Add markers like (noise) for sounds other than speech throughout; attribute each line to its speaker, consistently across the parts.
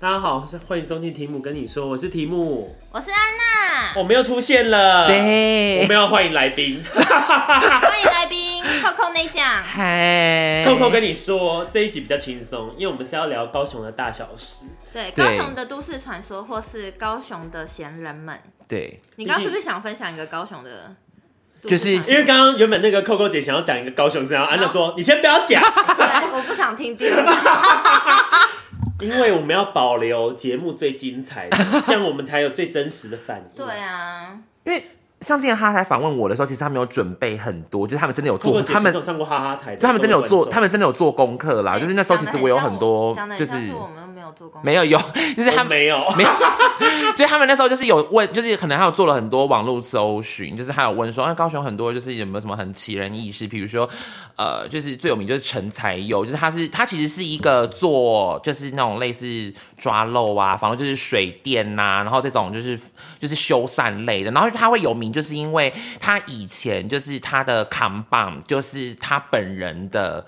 Speaker 1: 大家好，欢迎收听题目跟你说，我是题目，
Speaker 2: 我是安娜，
Speaker 1: 我们又出现了，
Speaker 3: 对
Speaker 1: 我们要欢迎来宾。
Speaker 2: 欢迎来
Speaker 3: (laughs)
Speaker 2: 宾 Coco 内讲。
Speaker 3: 嗨，
Speaker 1: 扣扣跟你说，这一集比较轻松，因为我们是要聊高雄的大小事。
Speaker 2: 对，
Speaker 3: 对
Speaker 2: 高雄的都市传说或是高雄的闲人们，
Speaker 3: 对，
Speaker 2: 你刚刚是不是想分享一个高雄的都
Speaker 3: 就
Speaker 2: 市传说？
Speaker 3: 是
Speaker 1: 因为刚刚原本那个扣扣姐想要讲一个高雄市，然后安娜
Speaker 3: (laughs)
Speaker 1: 说：“你先不要讲，
Speaker 2: 对，我不想听第二个。
Speaker 1: 因为我们要保留节目最精
Speaker 3: (laughs)
Speaker 1: 彩的，这样我们才有最真实的反应。”
Speaker 2: 对啊，
Speaker 3: 因为像之前他来访问我的时候，其实他们有准备很多，就是他们真的有
Speaker 1: 扣扣
Speaker 3: 做，
Speaker 1: 姐
Speaker 3: 他们
Speaker 1: 有上过哈哈台，
Speaker 3: 就他们真的有做，他
Speaker 1: 们
Speaker 3: 们真的有做功课啦。啊就是那时候其实我有很多
Speaker 2: 讲的，
Speaker 3: 就
Speaker 2: 很
Speaker 3: 是
Speaker 2: 像是我们没有做功课。
Speaker 3: 没有有，就是他们
Speaker 1: 哦没有，
Speaker 3: (laughs) 没有，就是他们那时候就是有问，就是可能还有做了很多网络搜寻，就是还有问说，啊，高雄很多就是有没有什么很奇人异事，比如说，呃，就是最有名就是陈才佑，就是他是他其实是一个做就是那种类似抓漏啊，反正就是水电呐、然后这种就是就是修缮类的，然后他会有名，就是因为他以前就是他的扛棒就是他本人的。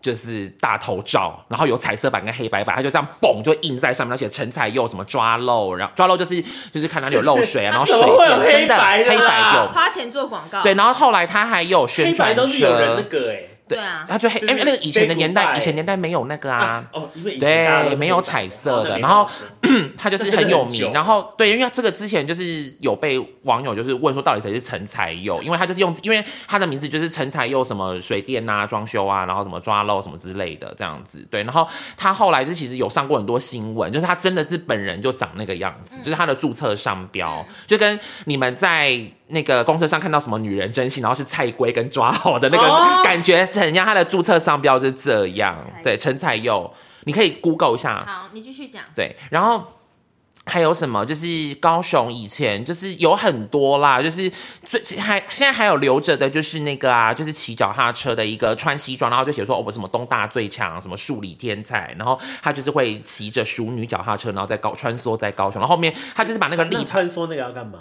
Speaker 3: 就是大头照，然后有彩色版跟黑白版，它就这样嘣就印在上面，而且成才又什么抓漏，然后抓漏就是就是看哪里有漏
Speaker 1: (laughs)
Speaker 3: 水啊，然后水
Speaker 1: 怎么会有
Speaker 3: 电
Speaker 1: 黑
Speaker 3: 真的
Speaker 1: 白的啊
Speaker 3: 黑白
Speaker 1: 啦
Speaker 3: 有，
Speaker 2: 花钱做广告。
Speaker 3: 对，然后后来他还有宣
Speaker 1: 黑白
Speaker 3: 传
Speaker 1: 都是有人那
Speaker 3: 车，
Speaker 1: 个哎
Speaker 2: 对啊，
Speaker 3: 他就黑，
Speaker 1: 就是
Speaker 3: 因为那个以前的年
Speaker 1: say
Speaker 3: 代，
Speaker 1: goodbye
Speaker 3: 以前年代没有那个啊，
Speaker 1: 哦，因为以前大家都
Speaker 3: 对，
Speaker 1: 是
Speaker 3: 没有
Speaker 1: 黑白的
Speaker 3: 彩色
Speaker 1: 哦那
Speaker 3: 的，
Speaker 1: 没
Speaker 3: 然后
Speaker 1: 关系
Speaker 3: 他就是很有
Speaker 1: 这真的很久
Speaker 3: 名。然后对，因为这个之前就是有被网友就是问说到底谁是陈才佑，因为他就是用，因为他的名字就是陈才佑什么水电啊、装修啊，然后什么抓漏什么之类的这样子。对，然后他后来就是其实有上过很多新闻，就是他真的是本人就长那个样
Speaker 1: 嗯
Speaker 3: 子，就是他的注册商标，就跟你们在。那个公车上看到什么女人真心，然后是菜龟跟抓好的那
Speaker 1: 哦
Speaker 3: 个感觉，很像他的注册商标是这样
Speaker 2: 陈才佑。
Speaker 3: 对，陈才佑，你可以 Google 一下，
Speaker 2: 好，你继续讲。
Speaker 3: 对，然后还有什么？就是高雄以前就是有很多啦，就是最还现在还有留着的，就是那个啊，就是骑脚踏车的一个穿西装，然后就写说哦，我什么东大最强，什么数理天才，然后他就是会骑着淑女脚踏车，然后在高穿梭在高雄，然后后面他就是把那个
Speaker 1: 那
Speaker 3: 立
Speaker 1: 穿梭那个要干嘛？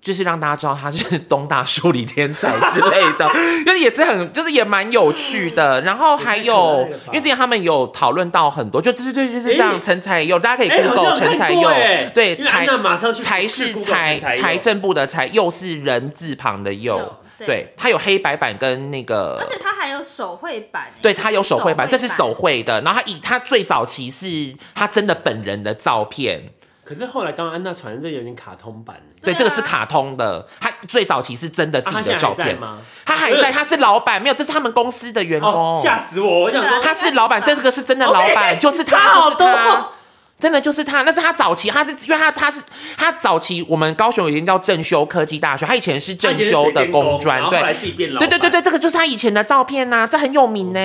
Speaker 3: 就是让大家知道他是东大数理天才之类
Speaker 1: (laughs)
Speaker 3: 的，就是也是很，就是也蛮有趣的。然后还
Speaker 1: 也
Speaker 3: 有
Speaker 1: 是可爱的吧，
Speaker 3: 因为之前他们有讨论到很多，就对对对，就是这样。
Speaker 1: 诶
Speaker 3: 陈才佑，大家可以
Speaker 1: 哎，好像
Speaker 3: Google
Speaker 1: 有
Speaker 3: 陈才
Speaker 1: 看过
Speaker 3: 佑
Speaker 1: 哎，，
Speaker 3: 对，
Speaker 1: 因为安
Speaker 3: 才
Speaker 1: 娜马上去
Speaker 3: 才
Speaker 1: 去
Speaker 3: 是
Speaker 1: Google
Speaker 3: 财
Speaker 1: 才佑
Speaker 3: 财政部的财，又是人字旁的
Speaker 2: 佑
Speaker 3: 又，
Speaker 2: 对
Speaker 3: 对，他有黑白版跟那个
Speaker 2: 而，且它还有手绘版欸，
Speaker 3: 对他有手绘版，这是手
Speaker 2: 绘
Speaker 3: 绘的。然后他以他最早期是他真的本人的照片，
Speaker 1: 可是后来刚刚安娜传的这有点卡通版，
Speaker 3: 对，
Speaker 2: 对啊
Speaker 3: 这个是卡通的，他最早期是真的
Speaker 1: 啊
Speaker 3: 自
Speaker 1: 他
Speaker 3: 己
Speaker 1: 现
Speaker 3: 的
Speaker 1: 在
Speaker 3: 照
Speaker 1: 还在
Speaker 3: 片
Speaker 1: 吗？
Speaker 3: 他还在，他是老板，没有，这是他们公司的员
Speaker 1: 哦，
Speaker 3: 工。
Speaker 1: 吓死我！我想
Speaker 2: 对
Speaker 1: 说
Speaker 2: 啊
Speaker 3: 他是老板，这个是真的老
Speaker 1: Okay，
Speaker 3: 板，就是
Speaker 1: 差好
Speaker 3: 他，就是他
Speaker 1: 多，
Speaker 3: 真的就是他。那是他早期，他是因为他他是他早期，我们高雄有一间叫正修科技大学，他以前是
Speaker 1: 他以
Speaker 3: 正
Speaker 1: 前是
Speaker 3: 修
Speaker 1: 水
Speaker 3: 的
Speaker 1: 电工
Speaker 3: 工专
Speaker 1: 然，后后来
Speaker 3: 对。
Speaker 1: 自己变老
Speaker 3: 对
Speaker 1: 板，
Speaker 3: 对对对，这个就是他以前的照片呐、这很有名呢、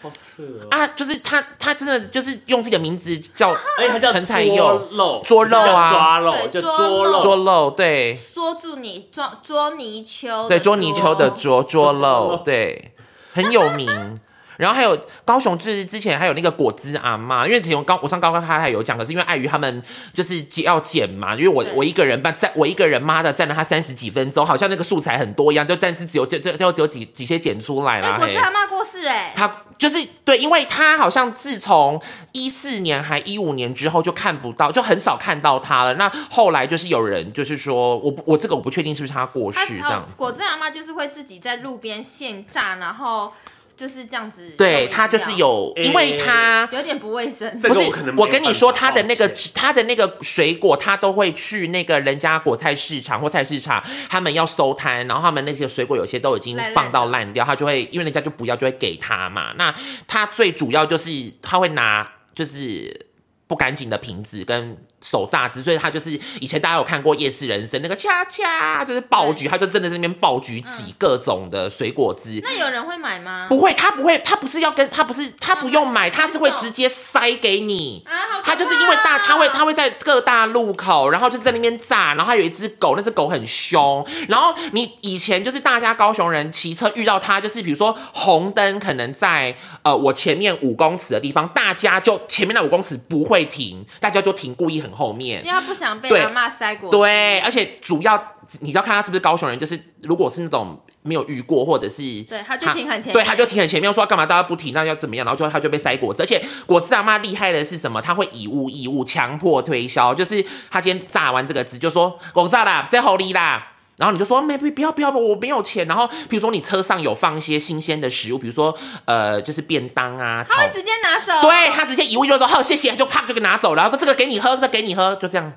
Speaker 1: 好扯哦！
Speaker 3: 啊，就是他他真的就是用自己的名字叫
Speaker 1: 而且哎他叫
Speaker 3: 陈才
Speaker 1: 佑
Speaker 3: 佑
Speaker 1: 漏
Speaker 3: 捉漏啊
Speaker 1: 抓漏
Speaker 2: 对
Speaker 1: 就
Speaker 2: 捉
Speaker 1: 捉
Speaker 2: 漏
Speaker 3: 捉
Speaker 1: 漏，
Speaker 3: 漏，对
Speaker 2: 捉住你捉捉泥鳅，
Speaker 3: 对，捉泥鳅的捉捉
Speaker 1: 捉
Speaker 3: 漏
Speaker 1: 漏，
Speaker 3: 对，很有名。然后还有高雄，就是之前还有那个果汁阿妈，因为之前我刚我上高高他还有讲，可是因为碍于他们就是剪要剪嘛，因为我
Speaker 2: 对
Speaker 3: 我一个人办，在我一个人妈的占了他三十几分钟，好像那个素材很多一样，就但是只有就就就只有几几些剪出来啦
Speaker 2: 哎，。我
Speaker 3: 嘿
Speaker 2: 是。阿妈过世哎，
Speaker 3: 他就是对，因为他好像自从一四年还一五年之后就看不到，就很少看到他了。那后来就是有人就是说，我不我这个我不确定是不是他过
Speaker 2: 他
Speaker 3: 世这
Speaker 2: 哦
Speaker 3: 样，子。
Speaker 2: 果真阿妈就是会自己在路边现榨，然后就是这样子用饮料。
Speaker 3: 对他就是有，因为他。
Speaker 2: 有点不卫生，
Speaker 1: 这
Speaker 3: 不
Speaker 1: 个
Speaker 3: 是
Speaker 1: 我可能，没
Speaker 3: 我跟你说，
Speaker 1: 办法
Speaker 3: 他的那个
Speaker 1: 抱歉
Speaker 3: 他的那个水果，他都会去那个人家果菜市场或菜市场，他们要收摊，然后他们那些水果有些都已经
Speaker 2: 烂烂
Speaker 3: 放到烂掉，他就会因为人家就不要，就会给他嘛。那他最主要就是他会拿就是不干净的瓶子跟手榨汁，所以他就是以前大家有看过《夜市人生》那个恰恰就是爆菊，他就真的在那边爆菊挤各种的水果汁，
Speaker 2: 那有人会买吗？
Speaker 3: 不会，他不会，他不是要跟他不是他不用买，他是会直接塞给你。
Speaker 2: 啊，好可怕哦
Speaker 3: 他就是因为大，他会他会在各大路口，然后就在那边炸，然后他有一只狗，那只狗很凶。然后你以前就是大家高雄人骑车遇到他，就是比如说红灯可能在呃我前面五公尺的地方，大家就前面那五公尺不会停，大家就停故意很后面
Speaker 2: 因为。他不想被
Speaker 3: 对
Speaker 2: 阿妈塞果。
Speaker 3: 对，而且主要你要看他是不是高雄人，就是如果是那种没有遇过，或者是
Speaker 2: 对他就停很前面
Speaker 3: 对，他就停很前面，说干嘛大家不停，那要怎么样？然后就他就被塞果汁，而且果汁阿妈厉害的是什么？他会以物易物，强迫推销，就是他今天榨完这个汁就说广榨啦，在好利啦。然后你就说没不不要不要，我没有钱。然后比如说你车上有放一些新鲜的食物，比如说呃就是便当啊，
Speaker 2: 他
Speaker 3: 炒
Speaker 2: 会直接拿走。
Speaker 3: 对他直接一物就说好谢谢，他就啪就给拿走，然后说这个给你喝，这个给你喝，就这样，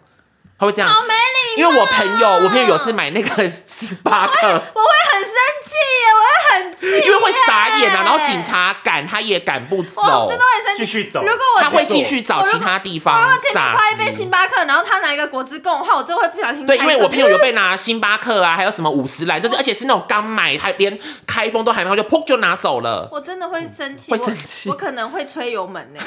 Speaker 3: 他会这样。
Speaker 2: 好没礼貌。
Speaker 3: (laughs)
Speaker 2: 啊
Speaker 3: 因为我朋友，我朋友有次买那个星巴克，
Speaker 2: 我会很生气耶，我会很气耶，
Speaker 3: 因为会傻眼啊，然后警察赶他也赶不
Speaker 2: 哎我
Speaker 3: (laughs) 走
Speaker 2: 真，的会生
Speaker 1: 继
Speaker 2: 气。
Speaker 1: 续走
Speaker 2: 如果我
Speaker 3: 他会
Speaker 2: 前
Speaker 3: 继续找其他地方
Speaker 2: 我如果前面
Speaker 3: 榨
Speaker 2: 花一杯
Speaker 3: 汁
Speaker 2: 星巴克，然后他拿一个果汁跟我的话，我真的会不小心
Speaker 3: 对，
Speaker 2: 开
Speaker 3: 因为
Speaker 2: 车
Speaker 3: 我朋友有被拿星巴克啊，还有什么五十兰，就是而且是那种刚买，还连开封都还没有，就砰就拿走了。
Speaker 2: 我哎真的会生气，
Speaker 3: 会
Speaker 2: 我
Speaker 3: 生气
Speaker 2: 我可能会吹油门呢。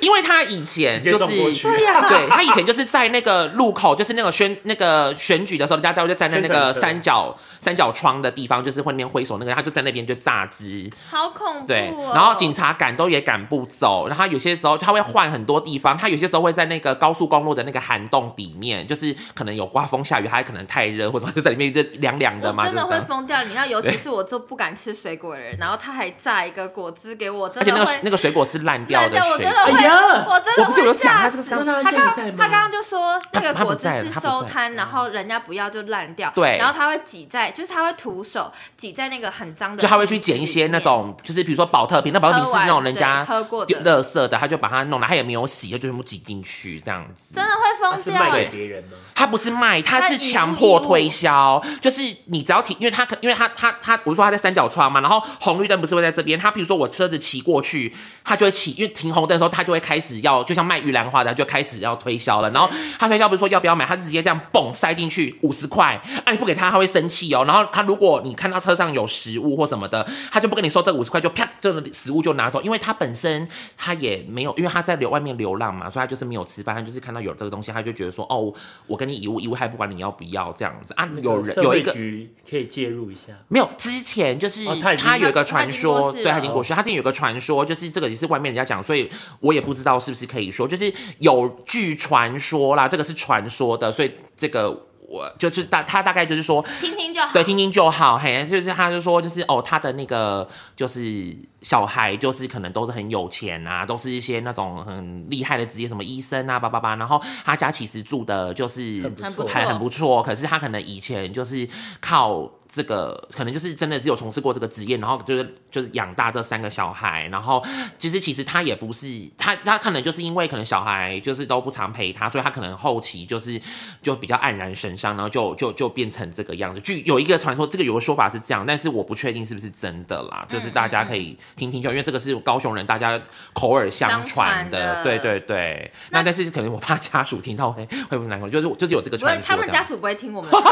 Speaker 3: 因为他以前
Speaker 1: 直接
Speaker 3: 就
Speaker 1: 撞过
Speaker 3: 是
Speaker 1: 去
Speaker 2: 对呀
Speaker 3: (laughs) 对他以前就是在那个路口，就是那个选那个选举的时候，人家都就站在那个
Speaker 1: 宣传车
Speaker 3: 三角三角窗的地方，就是会那边挥手那个，他就在那边就榨汁，
Speaker 2: 好恐怖、哦。
Speaker 3: 对，然后警察赶都也赶不走，然后他有些时候他会换很多地方，他有些时候会在那个高速公路的那个涵洞里面，就是可能有刮风下雨，他可能太热或者什么，就在里面就凉凉的嘛，
Speaker 2: 我真的
Speaker 3: 就
Speaker 2: 会
Speaker 3: 是这样
Speaker 2: 疯掉，你知道，尤其是我这不敢吃水果的人，然后他还榨一个果汁给我，真
Speaker 3: 而且
Speaker 2: 的
Speaker 3: 那
Speaker 2: 会
Speaker 3: 个那个水果是烂掉
Speaker 2: 真的我
Speaker 3: 水
Speaker 2: 真的会，
Speaker 1: 哎呀
Speaker 2: 我真
Speaker 3: 我
Speaker 2: 的
Speaker 3: 不是有
Speaker 2: 会
Speaker 3: 讲他
Speaker 2: 吓
Speaker 3: 这
Speaker 2: 死
Speaker 3: 个。
Speaker 1: 那他
Speaker 2: 他
Speaker 1: 现在
Speaker 2: 刚
Speaker 1: 在吗？
Speaker 2: 他刚刚就说那个
Speaker 3: 他不
Speaker 2: 果汁
Speaker 3: 在了
Speaker 2: 是
Speaker 3: 他不
Speaker 2: 收
Speaker 3: 在
Speaker 2: 摊，然后人家不要就烂掉，
Speaker 3: 对
Speaker 2: 然后他会挤在，就是他会徒手挤在那个很脏的，
Speaker 3: 就他会去捡一些那种，就是比如说保特瓶，那保特瓶是那
Speaker 2: 喝
Speaker 3: 种
Speaker 2: 完
Speaker 3: 人家
Speaker 2: 对喝过的
Speaker 3: 丢垃圾的，他就把它弄了，他也没有洗，他就全部挤进去这样子。
Speaker 2: 真的会
Speaker 1: 他
Speaker 2: 疯
Speaker 1: 啊是
Speaker 2: 掉
Speaker 1: 卖给
Speaker 2: 欸。
Speaker 1: 别人吗？
Speaker 3: 他不是卖，他
Speaker 2: 他
Speaker 3: 是
Speaker 2: 以物
Speaker 3: 强迫
Speaker 2: 易物
Speaker 3: 推销，就是你只要停，因为他可，因为他他他，我说他在三角窗嘛，然后红绿灯不是会在这边，他比如说我车子骑过去，他就会骑，因为停红灯的时候，他就会开始要，就像卖玉兰花的，他就开始要推销了。然后他推销不是说要不要买，他是直接这样蹦塞进去五十块，啊你不给他他会生气哦。然后他如果你看到车上有食物或什么的，他就不跟你收这五十块，就啪，这个食物就拿走，因为他本身他也没有，因为他在流外面流浪嘛，所以他就是没有吃饭，他就是看到有这个东西，他就觉得说哦，我我跟你以物易物，还不管你要不要这样子啊。有人
Speaker 1: 社
Speaker 3: 有一
Speaker 1: 会
Speaker 3: 个
Speaker 1: 局可以介入一
Speaker 3: (laughs)
Speaker 1: 下，
Speaker 3: 没有，之前就是
Speaker 1: 哦他已经
Speaker 3: 他有一个传
Speaker 2: 他已经过
Speaker 3: 说，
Speaker 2: 世
Speaker 3: 对
Speaker 2: 了
Speaker 3: 他已经过世，他之前有个传说，就是这个也是外面人家讲，所以我也不知道是不是可以说，就是有据传说啦，这个是传说的，所以这个。我就是大，他大概就是说，
Speaker 2: 听听就好。
Speaker 3: 对，听听就好。嘿，就是他就说，就是哦，他的那个就是小孩，就是可能都是很有钱啊，都是一些那种很厉害的职业，什么医生啊，叭叭叭。然后他家其实住的就是
Speaker 1: 很不错
Speaker 3: 还很不错，哦可是他可能以前就是靠。这个可能就是真的是有从事过这个职业，然后就是就是养大这三个小孩，然后就是其实他也不是他他可能就是因为可能小孩就是都不常陪他，所以他可能后期就是就比较黯然神伤，然后就就就变成这个样子。据有一个传说，这个有个说法是这样，但是我不确定是不是真的啦，就是大家可以听听就好，因为这个是高雄人大家口耳相传
Speaker 2: 相传的
Speaker 3: 对对对。那但是可能我怕家属听到会会不难过，就是就是有这个
Speaker 2: 不会
Speaker 3: 传，说这样。
Speaker 2: 他们家属不会听我们的。
Speaker 3: (laughs)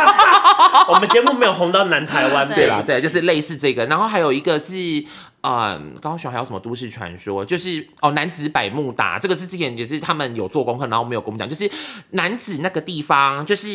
Speaker 1: 我们节目没有红到南台湾，
Speaker 2: 对
Speaker 3: 啦，
Speaker 1: 啦，
Speaker 3: 对，就是类似这个。然后还有一个是，嗯，高雄还有什么都市传说？就是哦，男子百慕达，这个是之前也是他们有做功课，然后没有跟我们讲，就是男子那个地方，就是。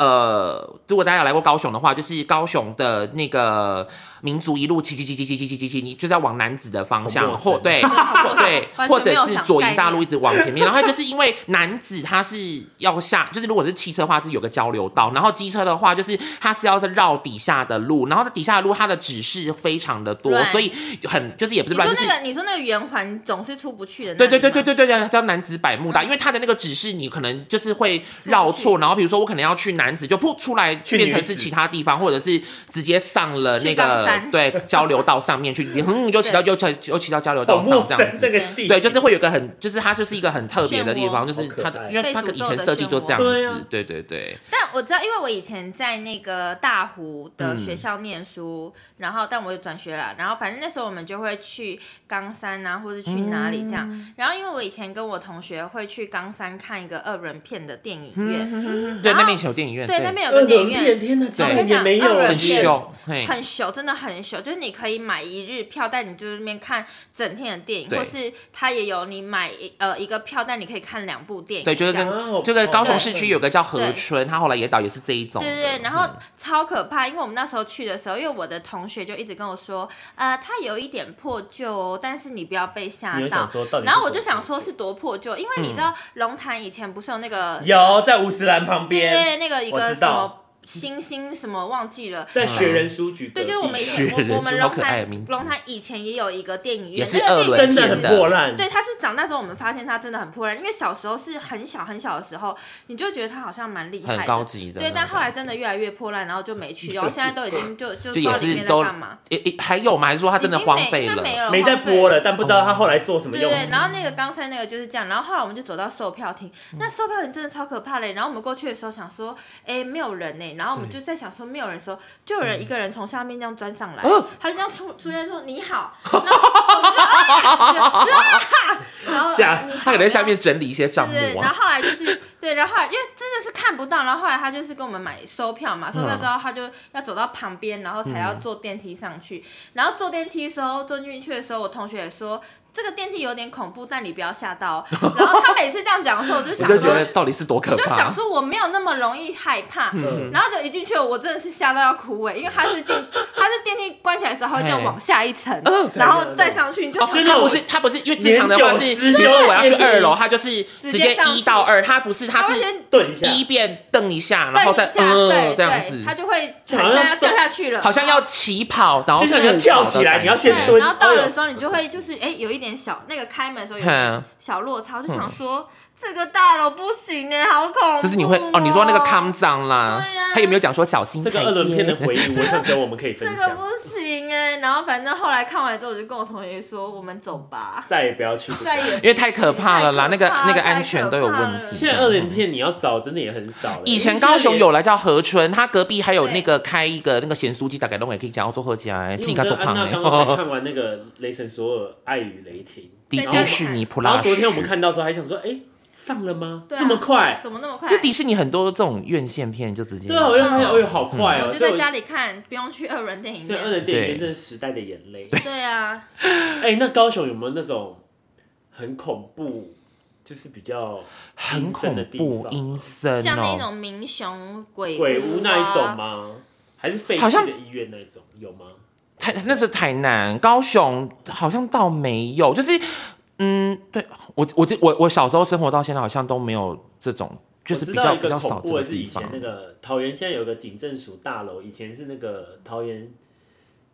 Speaker 3: 呃，如果大家有来过高雄的话，就是高雄的那个民族一路骑骑骑骑骑骑骑骑骑，你就在往南子的方向，
Speaker 1: 好陌生
Speaker 3: 或
Speaker 2: (laughs)
Speaker 3: 对
Speaker 2: 好
Speaker 3: 对，
Speaker 2: 完全
Speaker 3: 或者
Speaker 2: 没有
Speaker 3: 是
Speaker 2: 想
Speaker 3: 左
Speaker 2: 概
Speaker 3: 营大
Speaker 2: 念
Speaker 3: 路一直往前面，然后就是因为男子他是要下， (laughs) 就是如果是汽车的话是有个交流道，然后机车的话就是它是要在绕底下的路，然后它底下的路它的指示非常的多，
Speaker 2: 对
Speaker 3: 所以很就是也不是
Speaker 2: 你
Speaker 3: 乱，
Speaker 2: 说
Speaker 3: 就是
Speaker 2: 那个，你说那个圆环总是出不去的。
Speaker 3: 对对对对。对对对，叫男子百
Speaker 2: 嗯
Speaker 3: 慕达，因为它的那个指示你可能就是会绕错，然后比如说我可能要去男子，就扑出来
Speaker 1: 去
Speaker 3: 变成
Speaker 1: 女子
Speaker 3: 是其他地方，或者是直接上了那
Speaker 2: 去冈
Speaker 3: 个
Speaker 2: 山
Speaker 3: 对交流道上面去，直接嗯就骑到就骑就骑到交流
Speaker 1: 好
Speaker 3: 道上
Speaker 1: 陌
Speaker 3: 这
Speaker 1: 生
Speaker 3: 样子
Speaker 1: 这。个地，
Speaker 3: 对，就是会有一个很，就是它就是一个很特别的地方，
Speaker 2: 漩涡
Speaker 3: 就是它
Speaker 1: 哦好可
Speaker 3: 的，
Speaker 1: 爱
Speaker 3: 因为它
Speaker 2: 被诅咒的
Speaker 3: 以前设计就这样
Speaker 1: 漩涡对啊
Speaker 3: 子，对对对，
Speaker 2: 但我知道，因为我以前在那个大湖的学校念书，然后但我又转学了，然后反正那时候我们就会去冈山啊，或者去哪里这样。
Speaker 3: 嗯
Speaker 2: 然后因为我以前跟我同学会去冈山看一个二人片的电影院，
Speaker 3: 嗯对，那边以前有电影院，
Speaker 2: 对，那边有
Speaker 1: 二
Speaker 2: 个电
Speaker 1: 轮
Speaker 2: 影
Speaker 1: 片，
Speaker 2: 院。
Speaker 1: 天哪，今年
Speaker 2: 对
Speaker 1: 也没有
Speaker 2: 二
Speaker 1: 了
Speaker 2: 轮
Speaker 3: 很
Speaker 2: 片
Speaker 1: 耶。
Speaker 3: 凶，嘿，
Speaker 2: 很熟，真的很熟，就是你可以买一日票，但你就是那边看整天的电影，
Speaker 3: 对
Speaker 2: 或是它也有你买一呃一个票，但你可以看两部电影这
Speaker 3: 对，
Speaker 2: 样。
Speaker 3: 就是
Speaker 1: 哦
Speaker 3: 跟就是高雄市区有个叫和
Speaker 2: 对
Speaker 3: 春，他后来也导也是这一种的，
Speaker 2: 对对对，然后超可怕，因为我们那时候去的时候，因为我的同学就一直跟我说，呃，它有一点破旧哦，但是你不要被吓
Speaker 1: 你有
Speaker 2: 到
Speaker 1: 想说到底。是
Speaker 2: 然后我就想说是多破旧，因为你知道龙潭以前不是有那个
Speaker 1: 有在五十岚旁边，
Speaker 2: 对那个一
Speaker 1: 我
Speaker 2: 个
Speaker 1: 知
Speaker 2: 什
Speaker 1: 道
Speaker 2: 么。星星什么忘记了。
Speaker 1: 在雪人书局隔
Speaker 2: 对，
Speaker 1: 壁，
Speaker 2: 就是我们
Speaker 1: (laughs)
Speaker 2: 以
Speaker 3: 雪人
Speaker 2: 前我我们
Speaker 3: 好
Speaker 2: 龙
Speaker 3: 可爱的
Speaker 2: 潭
Speaker 3: 名字
Speaker 2: 龙潭以前也有一个电影
Speaker 3: 也
Speaker 2: 院，
Speaker 3: 是
Speaker 2: 那个
Speaker 3: 二
Speaker 2: 电影
Speaker 3: 轮
Speaker 1: 真
Speaker 3: 的
Speaker 1: 的很破烂，
Speaker 2: 对，它是长大之后我们发现它真的很破烂，因为小时候是很小很小的时候，你就觉得它好像蛮厉害的，
Speaker 3: 很高级的那种感觉。
Speaker 2: 对，但后来真的越来越破烂，然后就没去，然后现在都已经就就不
Speaker 3: 就
Speaker 2: 知道
Speaker 3: 也
Speaker 2: 里
Speaker 3: 是
Speaker 2: 面
Speaker 3: 都
Speaker 2: 在干嘛。
Speaker 3: 也也还有吗？还是说它真的荒废
Speaker 2: 已经没
Speaker 1: 没在播
Speaker 2: 了。
Speaker 1: 了，但不知道他后来做什么
Speaker 2: 对
Speaker 1: 用。
Speaker 2: 对，然后那个刚才那个就是这样，然后后来我们就走到售票亭，
Speaker 1: 嗯
Speaker 2: 那售票亭真的超可怕嘞。然后我们过去的时候想说，哎，没有人呢。然后我们就在想说没有人的时候，就有
Speaker 3: 嗯
Speaker 2: 人一个人从下面这样钻上来，他就这样出出现说你好，啊
Speaker 3: (laughs)
Speaker 2: 然后我们就啊
Speaker 1: 吓
Speaker 2: 啊然后
Speaker 1: 死
Speaker 2: 你好
Speaker 3: 他可能在下面整理一些账目
Speaker 2: 对，然
Speaker 3: 啊。
Speaker 2: 后后来
Speaker 3: (laughs)
Speaker 2: 就是对，然后后来因为真的是看不到，然后后来他就是跟我们买收票嘛，
Speaker 3: 嗯
Speaker 2: 收票之后他就要走到旁边，然后才要坐电梯上去。然后坐电梯的时候，坐进去的时候，我同学也说这个电梯有点恐怖，但你不要吓
Speaker 3: (laughs)
Speaker 2: 到哦。然后他每次这样讲的时候，我就
Speaker 3: 我
Speaker 2: 想
Speaker 3: 就觉得
Speaker 2: 说。
Speaker 3: 到底是多可
Speaker 2: 就
Speaker 3: 怕
Speaker 2: 想，说我没有那么容易害怕，
Speaker 1: 嗯
Speaker 2: 然后就一进去，我真的是吓到要哭哎、因为他是
Speaker 3: (laughs)
Speaker 2: 进，他是电梯关起来的时候，它会这样
Speaker 3: 嘿
Speaker 2: 往下一层，
Speaker 3: 嗯
Speaker 2: 然后再上去，你就
Speaker 3: 哦
Speaker 2: 想，
Speaker 1: 就是
Speaker 3: 他
Speaker 1: 我
Speaker 3: 不是他不是，因为正常的话是，
Speaker 1: 年
Speaker 3: 比
Speaker 1: 久失
Speaker 3: 如
Speaker 1: 修
Speaker 3: 说我要去
Speaker 1: 电梯
Speaker 3: 二楼，他就是直接一到二，他不是，他
Speaker 2: 它会
Speaker 3: 是
Speaker 2: 先
Speaker 1: 顿一下，
Speaker 3: 一变蹬一下，然
Speaker 2: 然
Speaker 3: 后
Speaker 2: 后
Speaker 3: 再
Speaker 2: 再
Speaker 3: 嗯
Speaker 2: 嗯
Speaker 3: 这
Speaker 2: 这
Speaker 3: 样
Speaker 2: 样
Speaker 3: 子
Speaker 2: 子，，他就会
Speaker 1: 好
Speaker 2: 好
Speaker 1: 像
Speaker 2: 像要掉下去了，
Speaker 3: (laughs) 好像要起跑，然后
Speaker 1: 就像你要
Speaker 3: 助跑
Speaker 1: 跳起
Speaker 3: 的
Speaker 1: 来
Speaker 3: 感
Speaker 1: 你要
Speaker 3: 觉
Speaker 1: 先
Speaker 2: 对，
Speaker 1: 蹲
Speaker 2: 然后到
Speaker 1: 哎
Speaker 2: 了
Speaker 1: 呦
Speaker 2: 的时候，你就会就是哎，有一点小那个开门的时候有点
Speaker 3: 哼，
Speaker 2: 小落差，我就想说这个大楼不行哎，好恐怖。
Speaker 3: 嗯
Speaker 2: 啊
Speaker 3: 就是你会哦，你说那个康，脏啦
Speaker 2: 对啊，
Speaker 3: 他有没有讲说小心
Speaker 1: 这
Speaker 3: 台
Speaker 1: 个二轮片的
Speaker 3: 阶？
Speaker 1: 回忆，我想跟我们可以分
Speaker 2: 这个
Speaker 1: 享。
Speaker 2: 不行哎。然后反正后来看完之后，我就跟我同学说，我们走吧，
Speaker 1: 再也不要去。
Speaker 2: 再也
Speaker 3: 因为太可怕了啦，
Speaker 2: 太
Speaker 3: 那个
Speaker 2: 可怕
Speaker 3: 那个安全都有问
Speaker 2: 太可
Speaker 3: 题。
Speaker 1: 现在二轮片你要找真的也很少了。哎
Speaker 3: (laughs) 以前高雄有
Speaker 1: 了，
Speaker 3: 来叫和春，他隔壁还有那个开一个那个咸酥鸡，大概都也可以讲要做贺家哎，自己
Speaker 1: 因
Speaker 3: 家
Speaker 1: 为我
Speaker 3: 做
Speaker 1: 跟
Speaker 3: 胖
Speaker 1: 安娜
Speaker 3: 哎
Speaker 1: 刚。刚才看完那个《雷神索尔：爱与雷霆》，
Speaker 3: (laughs) 迪迪士尼普
Speaker 1: 然
Speaker 3: 拉
Speaker 1: 后
Speaker 3: 什，
Speaker 1: 昨天我们看到的时候还想说，哎，上了吗？
Speaker 2: 对啊
Speaker 1: 这么快？
Speaker 2: 怎么那么快？
Speaker 3: 就迪士尼很多这种院线片就直接
Speaker 1: 对啊，我就发现，哎呦，好快哦！
Speaker 2: 我就
Speaker 1: 所以
Speaker 2: 在
Speaker 1: 我
Speaker 2: 家里看，不用去二轮电影
Speaker 1: 所以二
Speaker 2: 院。
Speaker 1: 轮电影
Speaker 3: 对
Speaker 1: 院真的时代的眼泪。
Speaker 2: 对啊，
Speaker 1: 哎，那高雄有没有那种很恐怖，就是比较
Speaker 3: 很恐怖阴森
Speaker 2: 像那
Speaker 3: 哦。
Speaker 2: 种民雄鬼啊
Speaker 1: 鬼屋那一种
Speaker 2: 吗？
Speaker 1: 吗？还是废
Speaker 3: 好
Speaker 1: 弃
Speaker 3: 像
Speaker 1: 的医院那一种有吗？
Speaker 3: 台那是台南，高雄好像倒没有，就是嗯，对我我这我我小时候生活到现在好像都没有这种，就是
Speaker 1: 我知
Speaker 3: 比
Speaker 1: 道
Speaker 3: 较
Speaker 1: 一
Speaker 3: 比
Speaker 1: 个
Speaker 3: 较
Speaker 1: 恐
Speaker 3: 少这
Speaker 1: 怖
Speaker 3: 个
Speaker 1: 的是以
Speaker 3: 地方
Speaker 1: 前。那个桃园现在有个警政署大楼，以前是那个桃园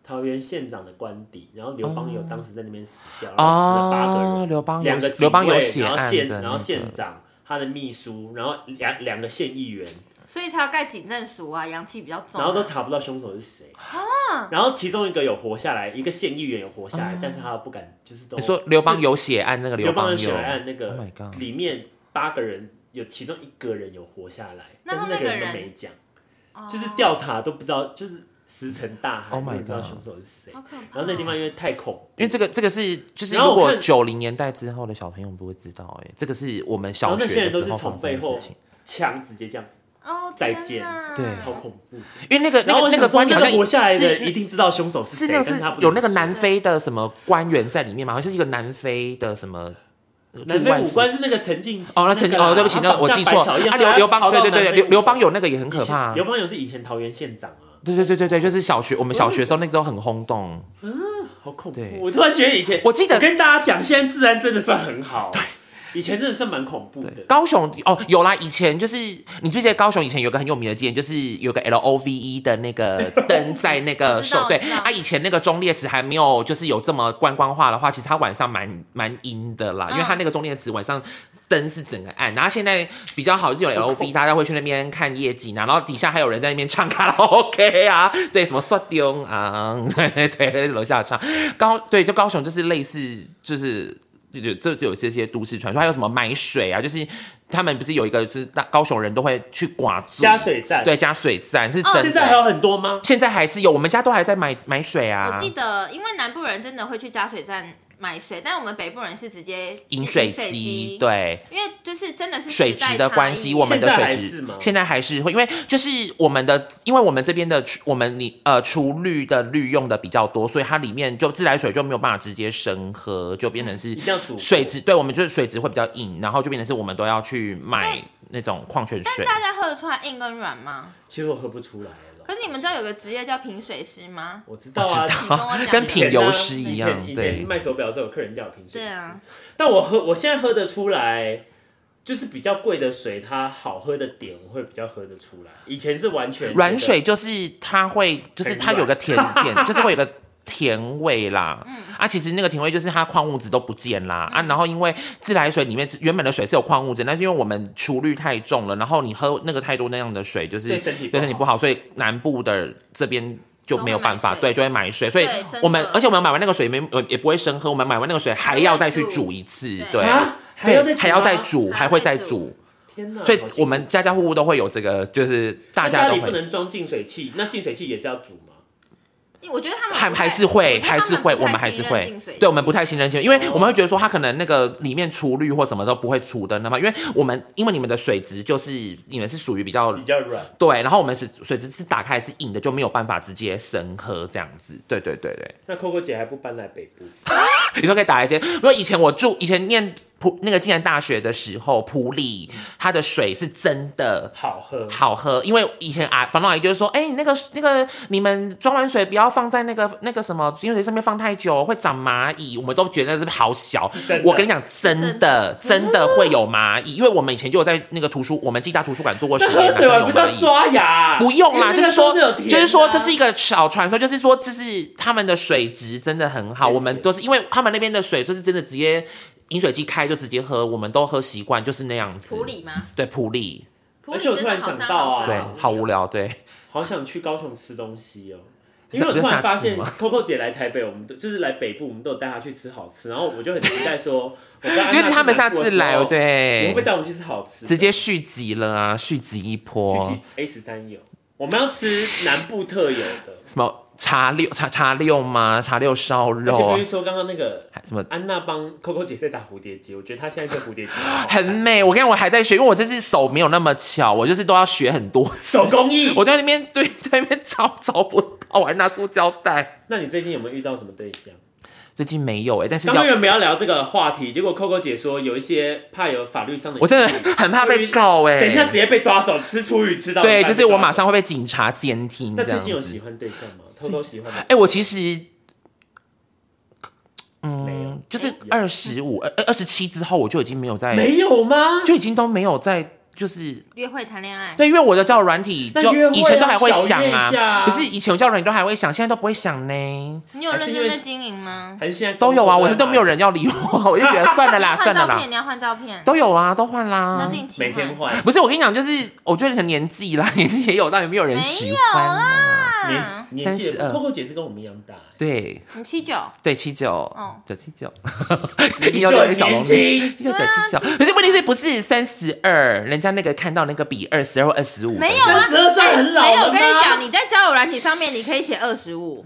Speaker 1: 桃园县长的官邸，然后刘邦友当时在那边死掉，然后死了八个
Speaker 3: 啊，
Speaker 1: 人，
Speaker 3: 刘邦
Speaker 1: 两
Speaker 3: 有
Speaker 1: 个
Speaker 3: 刘邦有
Speaker 1: 警
Speaker 3: 血
Speaker 1: 卫然后
Speaker 3: 案
Speaker 1: 县
Speaker 3: 的
Speaker 1: 然
Speaker 3: 那
Speaker 1: 后
Speaker 3: 个
Speaker 1: 县。长他的秘书，然后两两个县议员，
Speaker 2: 所以才要盖警政署啊，阳气比较重啊、
Speaker 1: 然后都查不到凶手是谁。然后其中一个有活下来，一个县议员有活下
Speaker 2: 嗯
Speaker 1: 来，但是他不敢，就是都
Speaker 3: 你说刘邦有血案那个
Speaker 1: 刘邦
Speaker 3: 邦
Speaker 1: 的
Speaker 3: 有
Speaker 1: 血案那
Speaker 3: Oh
Speaker 1: 个
Speaker 3: my god
Speaker 1: 里面八个人有其中一个人有活下来，
Speaker 2: 那
Speaker 1: 但
Speaker 2: 他
Speaker 1: 是那
Speaker 2: 那个
Speaker 1: 人都
Speaker 2: 人
Speaker 1: 没讲。
Speaker 2: 哦
Speaker 1: 就是调查都不知道，就是石沉大海
Speaker 3: Oh my
Speaker 1: 也不知道
Speaker 3: God
Speaker 1: 凶手是谁。
Speaker 2: 好可怕哦、
Speaker 1: 然后那地方因为太恐，
Speaker 3: 因为这个这个是就是
Speaker 1: 然后
Speaker 3: 如
Speaker 1: 我
Speaker 3: 果
Speaker 1: 看
Speaker 3: 九零年代之后的小朋友不会知道哎、这个是我们小
Speaker 1: 然后那些
Speaker 3: 学
Speaker 1: 人
Speaker 3: 的
Speaker 1: 都
Speaker 3: 时
Speaker 1: 是
Speaker 3: 候
Speaker 1: 从
Speaker 3: 发生
Speaker 1: 背
Speaker 3: 的
Speaker 1: 后
Speaker 3: 事情，
Speaker 1: 枪直接这样，
Speaker 2: 哦，
Speaker 1: 再
Speaker 2: 天
Speaker 1: 见
Speaker 2: 哪
Speaker 3: 对
Speaker 1: 超恐怖。
Speaker 3: 因为那个
Speaker 1: 然
Speaker 3: 那
Speaker 1: 后
Speaker 3: 个
Speaker 1: 我
Speaker 3: 那
Speaker 1: 想
Speaker 3: 个
Speaker 1: 说
Speaker 3: 官员
Speaker 1: 那
Speaker 3: 好像
Speaker 1: 个活下来的
Speaker 3: 是
Speaker 1: 人一定知道凶手是谁，
Speaker 3: 是那
Speaker 1: 但
Speaker 3: 个
Speaker 1: 是他不
Speaker 3: 是
Speaker 1: 能
Speaker 3: 有那个南
Speaker 1: 说
Speaker 3: 非的什么官员在里面嘛，好像是一个南非的什么呃
Speaker 1: 南
Speaker 3: 驻外
Speaker 1: 非
Speaker 3: 使
Speaker 1: 武官是那个陈进
Speaker 3: 哦，那曾经哦，对不起，那我记错啊，刘刘邦对对对，刘刘邦有那个也很可怕，啊
Speaker 1: 刘邦友是以前桃园县长啊，
Speaker 3: 对对对对对，就是小学我们小学的时候那个时候很轰动，
Speaker 1: 好恐
Speaker 3: 对
Speaker 1: 怖！我突然觉得以前，
Speaker 3: 我记得
Speaker 1: 我跟大家讲，现在治安真的算很好，以前真的算蛮恐怖的。
Speaker 3: 高雄哦，有啦，以前就是你记不记得高雄以前有个很有名的纪念，就是有个 L O V E 的那
Speaker 2: (laughs)
Speaker 3: 个灯在那个
Speaker 2: 我知
Speaker 3: 手
Speaker 2: 道，
Speaker 3: 对
Speaker 2: 我知道
Speaker 3: 啊，以前那个中列祠还没有就是有这么观光化的话，其实它晚上蛮蛮阴的啦，因为它那个中列祠晚上。灯是整个暗，然后现在比较好就是有 L O V，大家会 E，去那边看夜景啊，然后底下还有人在那边唱卡拉 OK 啊，对，什么刷丢啊，对对，楼下唱高，对，就高雄就是类似就是就有这就有这些都市传说，还有什么买水啊，就是他们不是有一个就是大高雄人都会去刮住
Speaker 1: 加水站，
Speaker 3: 对加水站是真的，
Speaker 1: 现在还有很多吗？
Speaker 3: 现在还是有，我们家都还在买买水
Speaker 2: 我
Speaker 3: 啊
Speaker 2: 记，得，因为南部人真的会去加水站买水，但我们北部人是直接
Speaker 3: 饮水
Speaker 2: 机
Speaker 3: 机，，对。
Speaker 2: 因为就是真的是
Speaker 3: 水
Speaker 2: 时代
Speaker 3: 质的
Speaker 2: 差
Speaker 3: 关系，
Speaker 2: 异
Speaker 3: 我们的
Speaker 1: 现在
Speaker 3: 水
Speaker 1: 还
Speaker 3: 质
Speaker 1: 是吗
Speaker 3: 现在还是会，因为就是我们的，因为我们这边的我们你呃除氯的氯用的比较多，所以它里面就自来水就没有办法直接生喝，就变成是
Speaker 1: 嗯一定要煮
Speaker 3: 水质，对我们就是水质会比较硬，然后就变成是我们都要去买那种矿泉水。
Speaker 2: 大家喝得出来硬跟软吗？
Speaker 1: 其实我喝不出来了。
Speaker 2: 可是你们知道有个职业叫品水师吗？
Speaker 1: 我知道
Speaker 3: 我
Speaker 1: 啊，
Speaker 3: 知
Speaker 2: 你跟我讲，
Speaker 3: 跟
Speaker 1: 以
Speaker 3: 品
Speaker 1: 前
Speaker 3: 油
Speaker 1: 啊
Speaker 3: 师一
Speaker 1: 以
Speaker 3: 样
Speaker 1: 前以
Speaker 3: 对
Speaker 1: 前卖手表的时候，有客人叫我品水
Speaker 2: 对
Speaker 1: 师，
Speaker 2: 啊，
Speaker 1: 但我喝，我现在喝得出来就是比较贵的水，它好喝的点我会比较喝得出来。以前是完全
Speaker 3: 软水，就是它会，就是
Speaker 1: 很
Speaker 3: 它有
Speaker 1: 软
Speaker 3: 个甜
Speaker 1: (laughs)
Speaker 3: 点，就是会有个甜味啦。
Speaker 1: 嗯
Speaker 3: 啊，其实那个甜味就是它矿物质都不见啦。啊，然后因为自来水里面原本的水是有矿物质，但是因为我们除氯太重了，然后你喝那个太多那样的水，就是
Speaker 1: 对身体不好
Speaker 3: 对身体不好，所以南部的这边。就没有办法，
Speaker 2: 都会买水
Speaker 3: 对，就会买水，所以
Speaker 2: 对真的
Speaker 3: 我们，而且我们买完那个水没，呃也不会生喝，我们买完那个水还要再
Speaker 2: 还
Speaker 3: 去
Speaker 2: 要
Speaker 3: 煮
Speaker 2: 煮
Speaker 3: 一次，
Speaker 2: 对
Speaker 3: 对，
Speaker 1: 啊还要再
Speaker 3: 对
Speaker 1: 煮
Speaker 3: 还要
Speaker 1: 吗
Speaker 3: 再煮，
Speaker 2: 还
Speaker 3: 还
Speaker 2: 要
Speaker 3: 会
Speaker 2: 再
Speaker 3: 再
Speaker 2: 煮
Speaker 3: 煮，
Speaker 1: 天哪！
Speaker 3: 所以
Speaker 1: 好辛苦
Speaker 3: 我们家家户户都会有这个，就是大
Speaker 1: 那
Speaker 3: 家
Speaker 1: 家
Speaker 3: 都
Speaker 1: 里不
Speaker 3: 会。
Speaker 1: 能装净水器，那净水器也是要煮吗？
Speaker 2: 我觉得他们
Speaker 3: 还
Speaker 2: 不太
Speaker 3: 还是会，还是会，
Speaker 2: 我觉得他
Speaker 3: 我们
Speaker 2: 们
Speaker 3: 还是
Speaker 2: 不太
Speaker 3: 会
Speaker 2: 信任净水器，嗯
Speaker 3: 对我们不太信任清，因为
Speaker 1: 哦
Speaker 3: 我们会觉得说它可能那个里面除氯或什么都不会除的那么，因为我们因为你们的水质就是你们是属于比较
Speaker 1: 比较软，
Speaker 3: 对，然后我们是水质是打开是硬的，就没有办法直接生喝这样子。对对对对，
Speaker 1: 那 Coco 姐还不搬来北部？
Speaker 3: 你说可以打来接。如果以前我住以前念普那个暨南大学的时候，普里它的水是真的
Speaker 1: 好喝，
Speaker 3: 好喝，因为以前啊，房东阿姨就是说，哎、你那个那个，你们装完水不要放在那个那个什么饮水上面放太久，会长蚂蚁。我们都觉得这好小
Speaker 1: 真的。
Speaker 3: 我跟你讲，真的真的会有蚂蚁，因为我们以前就有在那个图书，我们暨大图书馆做过实
Speaker 1: 那 (laughs)
Speaker 3: 验，啊
Speaker 1: 喝水
Speaker 3: 真的
Speaker 1: 完
Speaker 3: 有
Speaker 1: 不是要
Speaker 3: 蚂蚁。
Speaker 1: 刷牙？
Speaker 3: 不用
Speaker 1: 因
Speaker 3: 啦，
Speaker 1: 为那
Speaker 3: 就是
Speaker 1: 个
Speaker 3: 说
Speaker 1: 都有，甜的啊
Speaker 3: 就是说，这是一个小传说，就是说，就是他们的水质真的很好，
Speaker 1: 对
Speaker 3: 我们都是因为他们那边的水就是真的直接饮水机开就直接喝，我们都喝习惯，就是那样子。
Speaker 2: 普里吗？
Speaker 3: 对普里，
Speaker 2: 普
Speaker 1: 而
Speaker 2: 里
Speaker 1: 且我
Speaker 2: 真
Speaker 1: 突
Speaker 2: 的
Speaker 1: 然
Speaker 2: 好
Speaker 1: 想
Speaker 2: 山
Speaker 1: 到啊
Speaker 2: 好
Speaker 3: 对
Speaker 2: 水，
Speaker 3: 好无聊，对。
Speaker 1: 好想去高雄吃东西哦。
Speaker 3: 是
Speaker 1: 因
Speaker 3: 啊
Speaker 1: 为我突
Speaker 3: 不是下
Speaker 1: 然
Speaker 3: 次
Speaker 1: 发现
Speaker 3: 吗
Speaker 1: ，Coco 姐来台北，我们都就是来北部，我们都有带她去吃好吃，然后我就很期待
Speaker 3: (laughs)
Speaker 1: 说，我 (laughs) 跟安娜
Speaker 3: 因为他们下次来，
Speaker 1: 去南部的时候哦你会
Speaker 3: 对
Speaker 1: 不会，带我们去吃好吃的？
Speaker 3: 直接续集了啊，续集一
Speaker 1: 去
Speaker 3: 波
Speaker 1: 集，A 十三有，我们要吃南部特有的。
Speaker 3: 什么茶六茶茶六吗？茶六烧
Speaker 1: 而且
Speaker 3: 肉
Speaker 1: 比如，说刚刚那个
Speaker 3: 还什么
Speaker 1: 安娜帮 Coco 姐在打蝴蝶结，我觉得她现在这蝴蝶结好好看
Speaker 3: 很美。我跟你讲，我还在学，因为我这次手没有那么巧，我就是都要学很多次。 (laughs)
Speaker 1: 手工艺。
Speaker 3: 我在那边对， (laughs) 在那边找找不到，我还拿塑胶袋。
Speaker 1: 那你最近有没有遇到什么对象？
Speaker 3: 最近没有哎、但是
Speaker 1: 刚
Speaker 3: 要
Speaker 1: 刚原本要聊这个话题，结果 Coco 姐说有一些怕有法律上的，
Speaker 3: 我真的很怕被。告
Speaker 1: (laughs)
Speaker 3: 哎、
Speaker 1: 等一下直接被抓走，吃厨余吃到一半
Speaker 3: 对，就是我马
Speaker 1: 被抓走。
Speaker 3: 上会被警察监听
Speaker 1: 那
Speaker 3: 这
Speaker 1: 最
Speaker 3: 样
Speaker 1: 近有
Speaker 3: 子
Speaker 1: 喜。欢对象吗？偷偷喜欢的？
Speaker 3: 哎、我其实
Speaker 1: 没有，
Speaker 3: 嗯就是
Speaker 1: 哎有
Speaker 3: 二十五、二二十七之后，我就已经没有在，
Speaker 1: 没有吗？
Speaker 3: (laughs) 就已经都没有在，就是
Speaker 2: 约会谈恋爱，
Speaker 3: 对，因为我的交友软体
Speaker 1: 那
Speaker 3: 就
Speaker 1: 约会
Speaker 3: 以前都
Speaker 1: 啊
Speaker 3: 还会
Speaker 1: 小
Speaker 3: 想
Speaker 1: 约一下哦
Speaker 3: 啊，
Speaker 1: 啊
Speaker 3: 可是以前我交友软体都还会想，现在都不会想呢，
Speaker 2: 你有
Speaker 1: 还是
Speaker 2: 认
Speaker 1: 因
Speaker 2: 真
Speaker 1: 为
Speaker 2: 在经营
Speaker 3: (laughs)
Speaker 2: 吗？
Speaker 1: 还是现在
Speaker 3: 都有啊，我是
Speaker 1: 是
Speaker 3: 都没有。人要理我， (laughs) 我就觉得算了啦，
Speaker 2: 换
Speaker 3: 算了
Speaker 2: 照
Speaker 3: 啦
Speaker 2: 片，，你要换照片，
Speaker 3: 都有啊，都换
Speaker 2: 那
Speaker 3: 啦。
Speaker 2: 定期
Speaker 1: 每天
Speaker 2: 换。
Speaker 1: 换。
Speaker 3: 不是，我跟你讲，就是我觉得可能年纪啦， (laughs) 年纪也有，到底没有人喜欢啊。
Speaker 1: 年
Speaker 2: 啊，
Speaker 1: 年纪也
Speaker 3: 32
Speaker 1: ，Coco 姐是跟我们一样大，哎
Speaker 3: 对
Speaker 2: 你七九，
Speaker 3: 对，七九
Speaker 2: 嗯，
Speaker 3: 九七九， (laughs)
Speaker 1: 欸就
Speaker 3: 你有点
Speaker 1: 很
Speaker 3: 小
Speaker 1: 年
Speaker 3: 龙女。
Speaker 1: 轻。
Speaker 3: 一九九七九，可是问题是不是三十二？人家那个看到那个比二十二或二十五，
Speaker 2: 没有啊，
Speaker 1: 三十二岁很老
Speaker 2: 没有，
Speaker 1: 了
Speaker 2: 我跟
Speaker 1: 吗
Speaker 2: 你讲，你在交友软体上面你可以写二十五，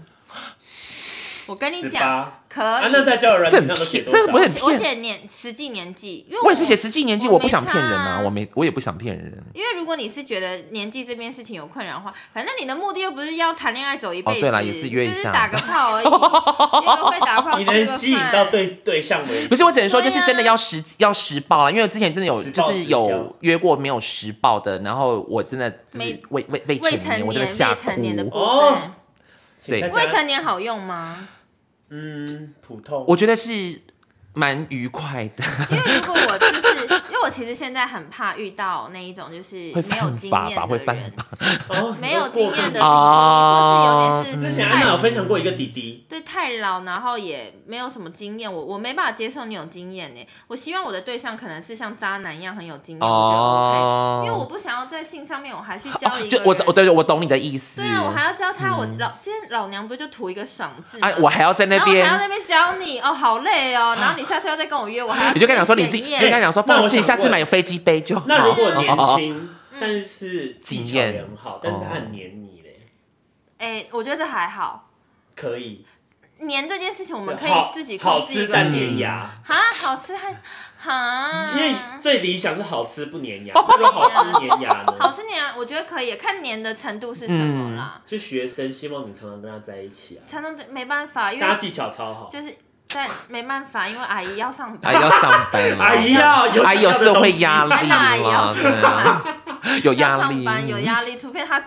Speaker 2: 我跟你讲，
Speaker 1: 18
Speaker 2: 可
Speaker 1: 啊，
Speaker 2: 以
Speaker 1: 那。在交友软
Speaker 3: 这
Speaker 1: 件
Speaker 3: 很
Speaker 1: 上都写
Speaker 3: 骗，
Speaker 1: 多少？
Speaker 3: 这不是很
Speaker 2: 我
Speaker 3: 骗。
Speaker 2: 写年实际年纪，因为
Speaker 3: 我也是写实际年纪，
Speaker 2: 我
Speaker 3: 我不想骗人
Speaker 2: 没差
Speaker 3: 啊，
Speaker 2: 啊
Speaker 3: 我没，我也不想骗人。
Speaker 2: 因为如果你是觉得年纪这件事情有困扰的话，反正你的目的又不是要谈恋爱走一辈子，
Speaker 3: 哦对啦也是约一
Speaker 2: 就是
Speaker 3: 下
Speaker 2: 打个炮
Speaker 3: (laughs)
Speaker 2: 而已，约个会打炮，
Speaker 1: (laughs) 你
Speaker 2: 吃
Speaker 1: 能
Speaker 2: 个
Speaker 1: 吸引
Speaker 2: 饭
Speaker 1: 到对对象为主。
Speaker 3: 不是，我只能说
Speaker 2: 对
Speaker 3: 就
Speaker 2: 啊
Speaker 3: 是真的要实、要实报了，因为我之前真的有
Speaker 1: 实
Speaker 3: 就
Speaker 1: 报
Speaker 3: 是
Speaker 1: 实
Speaker 3: 有
Speaker 1: 销
Speaker 3: 约过没有实报的，然后我真的就是
Speaker 2: 没
Speaker 3: 未未未
Speaker 2: 未
Speaker 3: 成
Speaker 2: 成年
Speaker 3: 年，我真
Speaker 2: 未
Speaker 3: 的吓哭。
Speaker 2: 成年的部分
Speaker 1: 哦，
Speaker 3: 对
Speaker 1: 请大家
Speaker 2: 未成年好用吗？
Speaker 1: 嗯普通。
Speaker 3: 我觉得是蛮愉快的，
Speaker 2: 因为如果我就是，因为我其实现在很怕遇到那一种就是
Speaker 3: 会
Speaker 2: 没有
Speaker 3: 犯
Speaker 2: 经
Speaker 3: 法
Speaker 2: 验
Speaker 3: 吧？
Speaker 2: 的
Speaker 3: 会犯
Speaker 2: 人，
Speaker 3: 法？
Speaker 1: 哦
Speaker 2: 没有经验的弟弟，
Speaker 3: 啊
Speaker 2: 或是有点
Speaker 1: 之
Speaker 2: 是
Speaker 1: 前安娜有分享过一个弟弟，
Speaker 2: 对太老，然后也没有什么经验，我我没办法接受你有经验呢。我希望我的对象可能是像渣男一样很有经
Speaker 3: 啊
Speaker 2: 验，我觉得 OK，、
Speaker 3: 哦，
Speaker 2: 因为我不想要在性上面我还去交一个
Speaker 3: 啊就
Speaker 2: 人。
Speaker 3: 我我对我懂你的意思。嗯
Speaker 2: 对啊，我还要教他，我老今天老娘不就图一个爽字吗
Speaker 3: 啊，我还要在那
Speaker 2: 然后我还要
Speaker 3: 边，啊
Speaker 2: 那边教你哦，好累哦，然后你下次要再跟我约，我还要
Speaker 3: 你就跟他讲说你自己，
Speaker 2: 检
Speaker 3: 你
Speaker 2: 验
Speaker 3: 就跟他讲说，不
Speaker 1: 那
Speaker 3: 好
Speaker 1: 我
Speaker 3: 意思，你
Speaker 1: 想
Speaker 3: 下次
Speaker 1: 问
Speaker 3: 买飞机杯就好。
Speaker 1: 那如果年
Speaker 3: 哦哦哦
Speaker 1: 轻，
Speaker 2: 嗯
Speaker 1: 但是技巧也很好，但是他很黏你嘞，
Speaker 2: 哎、我觉得这还好。
Speaker 1: 可以。
Speaker 2: 黏这件事情，我们可以
Speaker 1: 好
Speaker 2: 自己控
Speaker 1: 好
Speaker 2: 制一
Speaker 1: 吃
Speaker 2: 个
Speaker 1: 但
Speaker 2: 距
Speaker 1: 黏
Speaker 2: 离。嗯
Speaker 1: 牙，
Speaker 2: 哈，好吃还哈，
Speaker 1: 因为最理想是好吃不粘牙，那如果好吃粘牙
Speaker 2: 哦 (laughs) 好
Speaker 1: 呢？
Speaker 2: 吃黏啊，我觉得可以，看黏的程度是什
Speaker 3: 嗯
Speaker 2: 么啦。
Speaker 1: 就学生希望你常常跟他在一起啊，
Speaker 2: 常常没办法，因
Speaker 1: 大家
Speaker 2: 为
Speaker 1: 技巧超好。
Speaker 2: 就是但没办法，因为阿姨要上
Speaker 3: 阿
Speaker 2: 班
Speaker 3: 哎姨，要
Speaker 1: (laughs)
Speaker 3: 上班了，
Speaker 1: 阿姨啊，有
Speaker 3: 阿姨
Speaker 1: 想要
Speaker 3: 有
Speaker 1: 的
Speaker 3: 时候
Speaker 1: 东
Speaker 3: 哎会
Speaker 1: 西
Speaker 3: 压力
Speaker 2: 阿姨
Speaker 3: 啦
Speaker 2: 要，
Speaker 3: 对啊有
Speaker 2: 要
Speaker 3: 压
Speaker 2: 上
Speaker 3: 力，
Speaker 2: 班有压力，除非她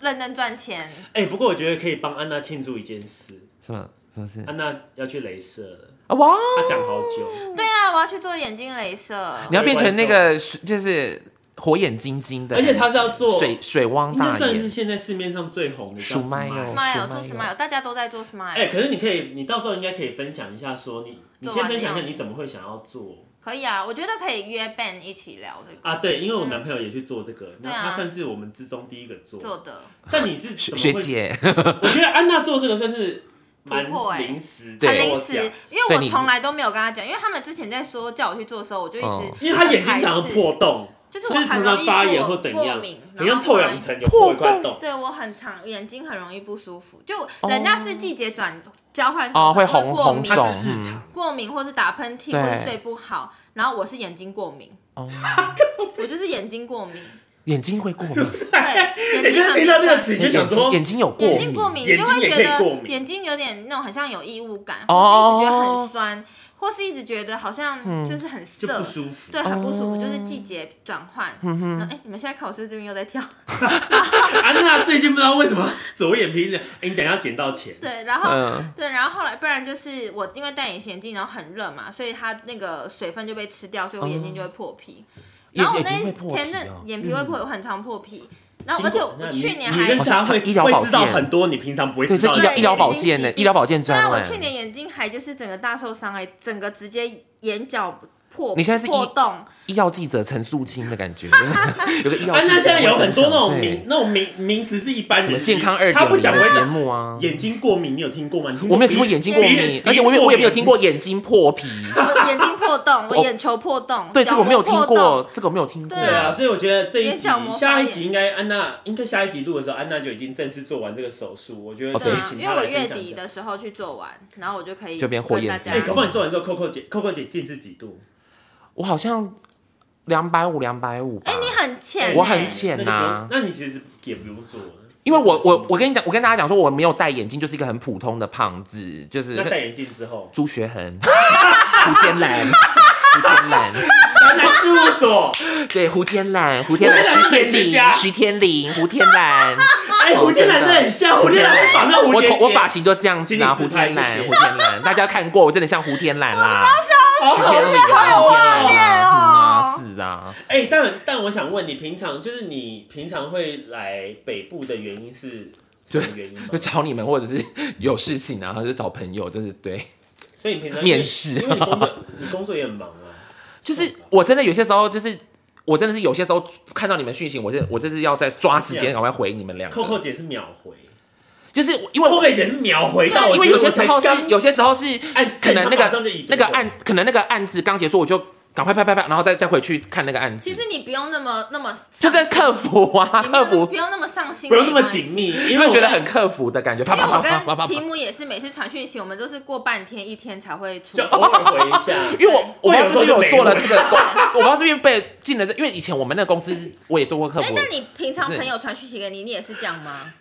Speaker 2: 认真赚钱。
Speaker 1: 哎、不过我觉得可以帮安娜庆祝一件事，
Speaker 2: 嗯
Speaker 3: 什么什么事？
Speaker 1: 安娜要去镭射了，
Speaker 3: 啊哇，
Speaker 1: 她讲好久，
Speaker 2: 对啊，啊，我要去做眼睛镭射。
Speaker 3: 你要变成那个就是火眼金睛的，
Speaker 1: 而且他是要做
Speaker 3: 水水汪
Speaker 1: 应该
Speaker 3: 大
Speaker 1: 算是
Speaker 3: 眼，
Speaker 1: 现在市面上最红的叫
Speaker 3: 鼠麦
Speaker 1: Smile
Speaker 3: 哦
Speaker 2: smile
Speaker 3: 哦
Speaker 2: 做
Speaker 3: smile
Speaker 2: smile，大家都在做 smile，、
Speaker 1: 哎、可是你可以，你到时候应该可以分享一下，说你你
Speaker 2: 做
Speaker 1: 先
Speaker 2: 完
Speaker 1: 分享一下
Speaker 2: 的样
Speaker 1: 你
Speaker 2: 子
Speaker 1: 怎么会想要做
Speaker 2: 可以啊，我觉得可以约 Ben 一起聊这个、
Speaker 1: 啊？对，因为我男朋友也去做这个，那
Speaker 2: 嗯对啊
Speaker 1: 他算是我们之中第一个做。
Speaker 2: 做的，
Speaker 1: 但你是怎
Speaker 3: 学
Speaker 1: 么
Speaker 3: 学
Speaker 1: 会？
Speaker 3: 姐，
Speaker 1: (laughs) 我觉得安娜做这个算是蛮
Speaker 2: 突破哎
Speaker 1: 临时的，
Speaker 3: 对
Speaker 2: 很
Speaker 1: 跟
Speaker 2: 临
Speaker 1: 我
Speaker 2: 时
Speaker 1: 讲，
Speaker 2: 因为
Speaker 3: 对
Speaker 2: 我
Speaker 3: 你
Speaker 2: 从来都没有跟他讲，因为他们之前在说叫我去做的时候，我就一
Speaker 3: 哦
Speaker 2: 直
Speaker 1: 因为他眼睛常
Speaker 2: 很排
Speaker 1: 常
Speaker 2: 斥
Speaker 1: 破洞，
Speaker 2: 就是
Speaker 1: 就
Speaker 2: 我
Speaker 1: 是
Speaker 2: 很
Speaker 1: 常
Speaker 2: 容
Speaker 1: 常
Speaker 2: 易
Speaker 1: 发炎
Speaker 2: 过
Speaker 1: 或怎
Speaker 2: 过
Speaker 1: 样
Speaker 2: 敏，然
Speaker 1: 很像
Speaker 2: 后
Speaker 1: 臭
Speaker 2: 后
Speaker 1: 氧
Speaker 2: 来
Speaker 1: 层有破一
Speaker 3: 破
Speaker 1: 块
Speaker 3: 洞
Speaker 1: 洞。
Speaker 2: 对我很常眼睛很容易不舒服，就人家是季节转交换
Speaker 3: 哦，会
Speaker 2: 过
Speaker 3: 红红
Speaker 2: 敏
Speaker 3: 肿，
Speaker 1: 是日
Speaker 3: 嗯，
Speaker 2: 过敏或是打喷嚏
Speaker 3: 对
Speaker 2: 或是睡不好，然后我是眼睛过敏，
Speaker 3: 哦，
Speaker 2: 我就是眼睛过
Speaker 1: (laughs)
Speaker 2: 敏，
Speaker 3: 眼睛会过敏，
Speaker 2: 对，
Speaker 1: 你
Speaker 2: 眼睛
Speaker 1: 哎就是
Speaker 2: 很
Speaker 1: 听到这个 (laughs)
Speaker 2: 敏
Speaker 1: 词，你就
Speaker 3: 眼睛
Speaker 1: 想说，
Speaker 3: 眼睛有过
Speaker 2: 感眼睛
Speaker 3: 敏，
Speaker 2: 过敏
Speaker 1: 眼
Speaker 2: 就
Speaker 1: 睛
Speaker 2: 会
Speaker 1: 也
Speaker 2: 觉
Speaker 1: 可以过
Speaker 2: 得
Speaker 1: 敏
Speaker 2: 眼睛有点那种很像有异物感，
Speaker 3: 哦嗯
Speaker 2: 或是一直觉得很酸，或是一直觉得好像就是很
Speaker 1: 就
Speaker 2: 涩
Speaker 1: 不。舒服。
Speaker 2: 对，很不舒服，
Speaker 3: 哦嗯
Speaker 2: 就是季节转换。那哎、你们现在看我是不是这边又在跳？
Speaker 1: 安娜啊最近不知道为什么左眼皮子，哎，你等一下捡到钱，
Speaker 2: 对，哦然后
Speaker 3: 嗯，
Speaker 2: 对，然后后来不然就是我因为戴隐形眼镜，然后很热嘛，所以它那个水分就被吃掉，所以我眼睛就会破皮。
Speaker 3: 哦眼
Speaker 2: 然后我
Speaker 3: 眼睛会
Speaker 2: 那
Speaker 3: 破
Speaker 2: 前
Speaker 3: 皮
Speaker 2: 阵
Speaker 3: 哦
Speaker 2: 眼皮会破，我很常破皮。然后而且
Speaker 1: 那
Speaker 2: 我
Speaker 1: 你
Speaker 2: 去年
Speaker 1: 你跟
Speaker 2: 还。
Speaker 1: 茶会
Speaker 3: 医疗保
Speaker 1: 会知道
Speaker 3: 健
Speaker 1: 很多你平常不会
Speaker 3: 对，
Speaker 1: 知
Speaker 3: 这
Speaker 1: 道
Speaker 3: 医
Speaker 1: 的
Speaker 3: 疗
Speaker 1: 事
Speaker 2: 对
Speaker 1: 情。
Speaker 3: 医疗保健呢，
Speaker 2: 眼睛
Speaker 3: 医疗保健
Speaker 2: 对
Speaker 3: 专
Speaker 2: 啊，我
Speaker 3: 栏，
Speaker 2: 去年眼睛还就是整个大受伤，哎，整个直接眼角破，
Speaker 3: 你现在是
Speaker 2: 破
Speaker 3: 一
Speaker 2: 洞，
Speaker 3: 医药记者陈素清的感
Speaker 1: (laughs)
Speaker 3: 觉，有个医药
Speaker 1: 安
Speaker 3: 记者，
Speaker 1: 娜现在有很啊多那种
Speaker 3: 对
Speaker 1: 名那种名名词是一般
Speaker 3: 什么
Speaker 1: 人
Speaker 3: 健康二
Speaker 1: 他
Speaker 3: 点
Speaker 1: 不
Speaker 3: 零
Speaker 1: 讲
Speaker 3: 的
Speaker 1: 会
Speaker 3: 节目啊，
Speaker 1: 眼睛过敏，你有听过吗？你
Speaker 3: 我没有听过眼睛过
Speaker 1: 鼻
Speaker 3: 敏
Speaker 1: 鼻，
Speaker 3: 而且我也我也没有
Speaker 1: 鼻子
Speaker 3: 听过眼睛破皮，
Speaker 2: 我眼睛破洞，我
Speaker 3: 哦
Speaker 2: 眼球破洞，
Speaker 3: 对，这
Speaker 2: 角
Speaker 3: 个我没有
Speaker 2: 膜
Speaker 3: 听
Speaker 2: 破洞。
Speaker 3: 过，这个我没有听过
Speaker 1: 对。啊，所以我觉得这一
Speaker 2: 眼
Speaker 1: 集
Speaker 2: 角膜
Speaker 1: 下
Speaker 2: 发
Speaker 1: 一
Speaker 2: 炎
Speaker 1: 集应该安娜应该下一集录的时候，安娜就已经正式做完这个手术。我觉得
Speaker 3: 哦
Speaker 1: 可
Speaker 2: 对
Speaker 1: 以
Speaker 3: 对
Speaker 2: 啊，
Speaker 1: 请
Speaker 2: 因为
Speaker 1: 她
Speaker 2: 我
Speaker 1: 来分
Speaker 2: 月
Speaker 1: 享一
Speaker 2: 底
Speaker 1: 下。
Speaker 2: 的时候去做完，然后我就可以
Speaker 3: 就变火
Speaker 2: 跟大
Speaker 3: 眼
Speaker 2: 家
Speaker 1: 哎，
Speaker 3: 睛
Speaker 1: 搞不好你做完之后，Coco 姐，Coco 姐近视几度？
Speaker 3: 我好像两百五、两百五吧
Speaker 2: 哎，。你很浅欸，
Speaker 3: 我很浅
Speaker 1: 那就不
Speaker 3: 呐
Speaker 1: 用那你其实也不用做了，
Speaker 3: 因为我我我跟你讲，我跟大家讲说，我没有戴眼镜，就是一个很普通的胖子，就是
Speaker 1: 那戴眼镜之后，
Speaker 3: 朱学恒、胡天蓝、胡
Speaker 1: (laughs)
Speaker 3: 天蓝，
Speaker 1: 男男事务所，
Speaker 3: 对，胡天蓝、
Speaker 1: (laughs)
Speaker 3: 胡天蓝、
Speaker 1: 胡天
Speaker 3: 徐
Speaker 1: 蓝
Speaker 3: 天
Speaker 1: 是谁
Speaker 3: 林、
Speaker 1: 家
Speaker 3: 徐天林、胡天蓝，
Speaker 1: (laughs) 哎，胡天蓝真的很像，胡天蓝会绑上蝴
Speaker 3: 我
Speaker 1: 蝶
Speaker 3: 头
Speaker 1: 结，
Speaker 3: 我发型就这样子
Speaker 1: 请
Speaker 3: 啊，胡
Speaker 1: 你自拍
Speaker 3: 天蓝、
Speaker 1: 谢谢
Speaker 3: 胡天蓝，大家看过，我真的像胡天
Speaker 1: (laughs)
Speaker 3: 蓝啦，
Speaker 1: 好
Speaker 3: 徐天
Speaker 1: 哦好
Speaker 3: 林
Speaker 1: 笑
Speaker 3: 啊、胡天蓝
Speaker 1: 哦。
Speaker 3: 啊，
Speaker 2: 好
Speaker 3: 嗯啊，是啊。
Speaker 1: 哎，但但我想问你，平常就是你平常会来北部的原因是什么原因吗
Speaker 3: (laughs) 就？找你们，或者是有事情啊，然后就找朋友，就是对，
Speaker 1: 所以你平常
Speaker 3: 面试啊
Speaker 1: 因为你工作你工作也很忙啊。
Speaker 3: 就是我真的有些时候就是。我真的是有些时候看到你们讯息，我这我这是要再抓时间赶快回你们两个，
Speaker 1: Coco 姐是秒回，
Speaker 3: 就是因为
Speaker 1: 后面姐是秒回到我，
Speaker 3: 因为有些时候
Speaker 1: 我才
Speaker 3: 是
Speaker 1: 刚
Speaker 3: 有些时候是
Speaker 1: 按 send，
Speaker 3: 可能
Speaker 1: 她
Speaker 3: 那
Speaker 1: 马上就
Speaker 3: 个
Speaker 1: 移
Speaker 3: 那
Speaker 1: 动
Speaker 3: 个
Speaker 1: 了
Speaker 3: 案可能那个案子刚结束，我就赶快拍拍拍，然后再再回去看那个案
Speaker 2: 其
Speaker 3: 子，
Speaker 2: 实你不用那么那么上心，
Speaker 3: 就在客服啊，
Speaker 2: 你没有
Speaker 3: 客
Speaker 2: 那么
Speaker 3: 服
Speaker 2: 不用那么上心，
Speaker 1: 不用那么
Speaker 2: 没关系
Speaker 1: 紧。密，因为
Speaker 3: 因为
Speaker 1: 我
Speaker 3: 觉得很客服的感觉，啪
Speaker 2: 因为
Speaker 3: 啪
Speaker 2: 我
Speaker 3: 啪啪啪
Speaker 2: 跟
Speaker 3: 啪啪，
Speaker 2: 题
Speaker 3: 因
Speaker 2: 目也是每次传讯息，我们都是过半天一天才会出
Speaker 1: 就。哦偶尔回一下，
Speaker 3: 为我我不知道是不是有做了这个
Speaker 2: 对
Speaker 3: 工，我不知道是不是被进了这，因为以前我们那个公司我也做过客
Speaker 2: 哎
Speaker 3: 服，，
Speaker 2: 那你平常朋友传讯息给你，你也是这样吗？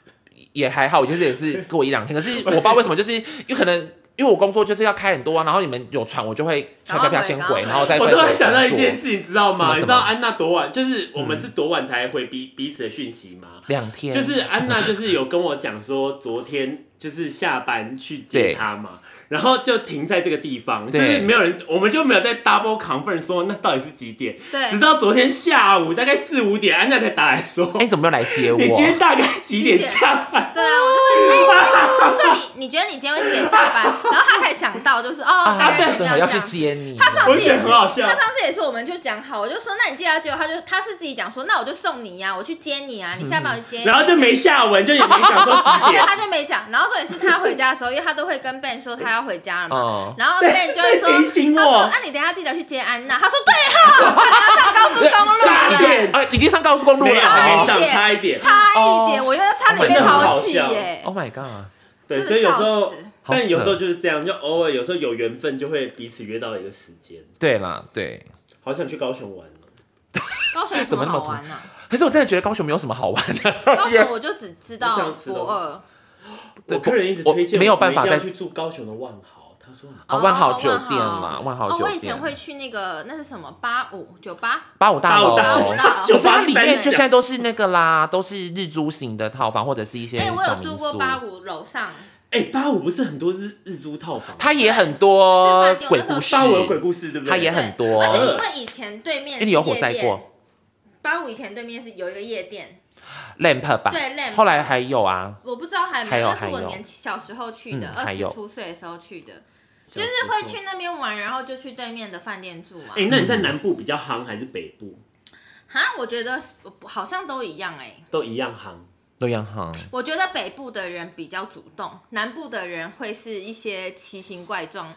Speaker 3: 也还好，就是也是过一两天。可是我不知道为什么，就是 (laughs) 有可能因为我工作就是要开很多啊，然后你们有传我就会啪
Speaker 2: 哦
Speaker 3: 啪啪先回，然后再
Speaker 1: 我突然想到一件
Speaker 3: 事，
Speaker 1: 事，你知道吗？
Speaker 3: 什
Speaker 1: 你
Speaker 3: 么什么
Speaker 1: 知道安娜多晚？就是我们是多晚才回彼彼此的讯息吗？
Speaker 3: 两天
Speaker 1: 就是安娜就是有跟我讲说，昨天就是下班去接她嘛，然后就停在这个地方，就
Speaker 3: 对
Speaker 1: 是没有人，我们就没有在 double confirm 说那到底是几点，
Speaker 2: 对
Speaker 1: 直到昨天下午大概四五点，安娜才打来说，
Speaker 3: 哎，你怎么没有来接我？
Speaker 1: 你今天大概几点下班？
Speaker 2: 对啊，我
Speaker 1: (laughs)
Speaker 2: 就说，哎，我说你，你觉得你今天会几点下班？然后他才想到，就是哦，
Speaker 1: 啊
Speaker 2: 大概怎么
Speaker 3: 啊对，
Speaker 2: 样
Speaker 3: 要
Speaker 2: 这
Speaker 3: 去
Speaker 2: 样。
Speaker 3: 接你。
Speaker 2: 他上
Speaker 1: 我
Speaker 2: 次
Speaker 1: 觉
Speaker 2: 也
Speaker 1: 得
Speaker 2: 是，
Speaker 1: 很好笑
Speaker 2: 他。上次也是，我们就讲好，我就说那你记得要接我，他就他是自己讲说，那我就送你呀、我去接你啊，你下班我就接你。
Speaker 1: 然后就没下文，就也没讲说几
Speaker 2: 对，
Speaker 1: 点。
Speaker 2: 他就没讲。然后重点是他回家的时候，因为他都会跟 Ben 说他要回家了嘛，
Speaker 3: 嗯
Speaker 2: 然后 Ben 就会说，
Speaker 1: 哦提醒
Speaker 2: 他说啊
Speaker 1: 我
Speaker 2: 那、你等一下记得去接安娜。他说对哈，我差点要上高速
Speaker 1: 差一
Speaker 2: 公路了。
Speaker 1: 点，
Speaker 3: 啊，已经上高速公路
Speaker 1: 没有，还没
Speaker 3: 了。
Speaker 1: 上，差一点。
Speaker 2: 差一点，我又差点被抛弃耶！
Speaker 1: 哦
Speaker 3: Oh my god！
Speaker 1: 对，
Speaker 2: 真的
Speaker 1: 所以有时候
Speaker 2: 笑死，
Speaker 1: 但有时候就是这样，就偶尔有时候有缘分就会彼此约到一个时间。
Speaker 3: 对啦，对。
Speaker 1: 好想去高雄玩哦，
Speaker 2: 高雄有什么好玩呢、
Speaker 3: 可是我真的觉得高雄没有什么好玩
Speaker 1: 哎
Speaker 3: 的， (laughs)
Speaker 2: 高雄我就只知
Speaker 1: (laughs) 我
Speaker 2: 道
Speaker 1: 想吃东西
Speaker 2: 博二，
Speaker 3: 对
Speaker 1: 我个人一直推荐，
Speaker 3: 我没有办法
Speaker 1: 我一定要
Speaker 3: 再
Speaker 1: 去住高雄的万豪。他说
Speaker 3: 哦万豪酒店啦万豪酒店
Speaker 2: 哦，我以前会去那个那是什么八五九八，
Speaker 3: 八五大
Speaker 1: 八
Speaker 3: 楼
Speaker 1: 五。大
Speaker 2: 我知道
Speaker 3: 可
Speaker 1: 酒
Speaker 3: 是它
Speaker 1: 吧
Speaker 3: 里
Speaker 1: 三
Speaker 3: 面就现
Speaker 1: 小
Speaker 3: 在都是那个啦，都是日租型的套房或者是一些
Speaker 2: 哎，我
Speaker 3: 小
Speaker 2: 有
Speaker 3: 民
Speaker 2: 住过
Speaker 3: 宿
Speaker 2: 八五楼上，
Speaker 1: 哎、八五不是很多日日租套房，
Speaker 3: 它也很多
Speaker 2: 是饭店
Speaker 3: 鬼故事
Speaker 2: 那
Speaker 1: 八，五有鬼故事，对不对？
Speaker 3: 它也很多
Speaker 2: 而且因为以前对面
Speaker 3: 因
Speaker 2: 是
Speaker 3: 为哎你有火
Speaker 2: 夜
Speaker 3: 灾
Speaker 2: 店
Speaker 3: 过，
Speaker 2: 八五以前对面是有一个夜店，
Speaker 3: ，Lamp 吧，
Speaker 2: 对，Lamp
Speaker 3: 后来还有啊，
Speaker 2: 我不知道还没，
Speaker 3: 还有
Speaker 2: 那是我
Speaker 3: 还有
Speaker 2: 年轻小时候去的，
Speaker 3: 嗯
Speaker 2: 二
Speaker 3: 还
Speaker 2: 十
Speaker 3: 有
Speaker 2: 出岁的时候去的，
Speaker 1: 就
Speaker 2: 就是会去。那边玩，然后就去对面的饭店住嘛
Speaker 1: 哎、。那你在南部比较夯还是北部？
Speaker 2: 哈，我觉得好像都一样哎、
Speaker 1: 都一样夯。
Speaker 3: 洛阳行，
Speaker 2: 我觉得北部的人比较主动，南部的人会是一些奇形怪状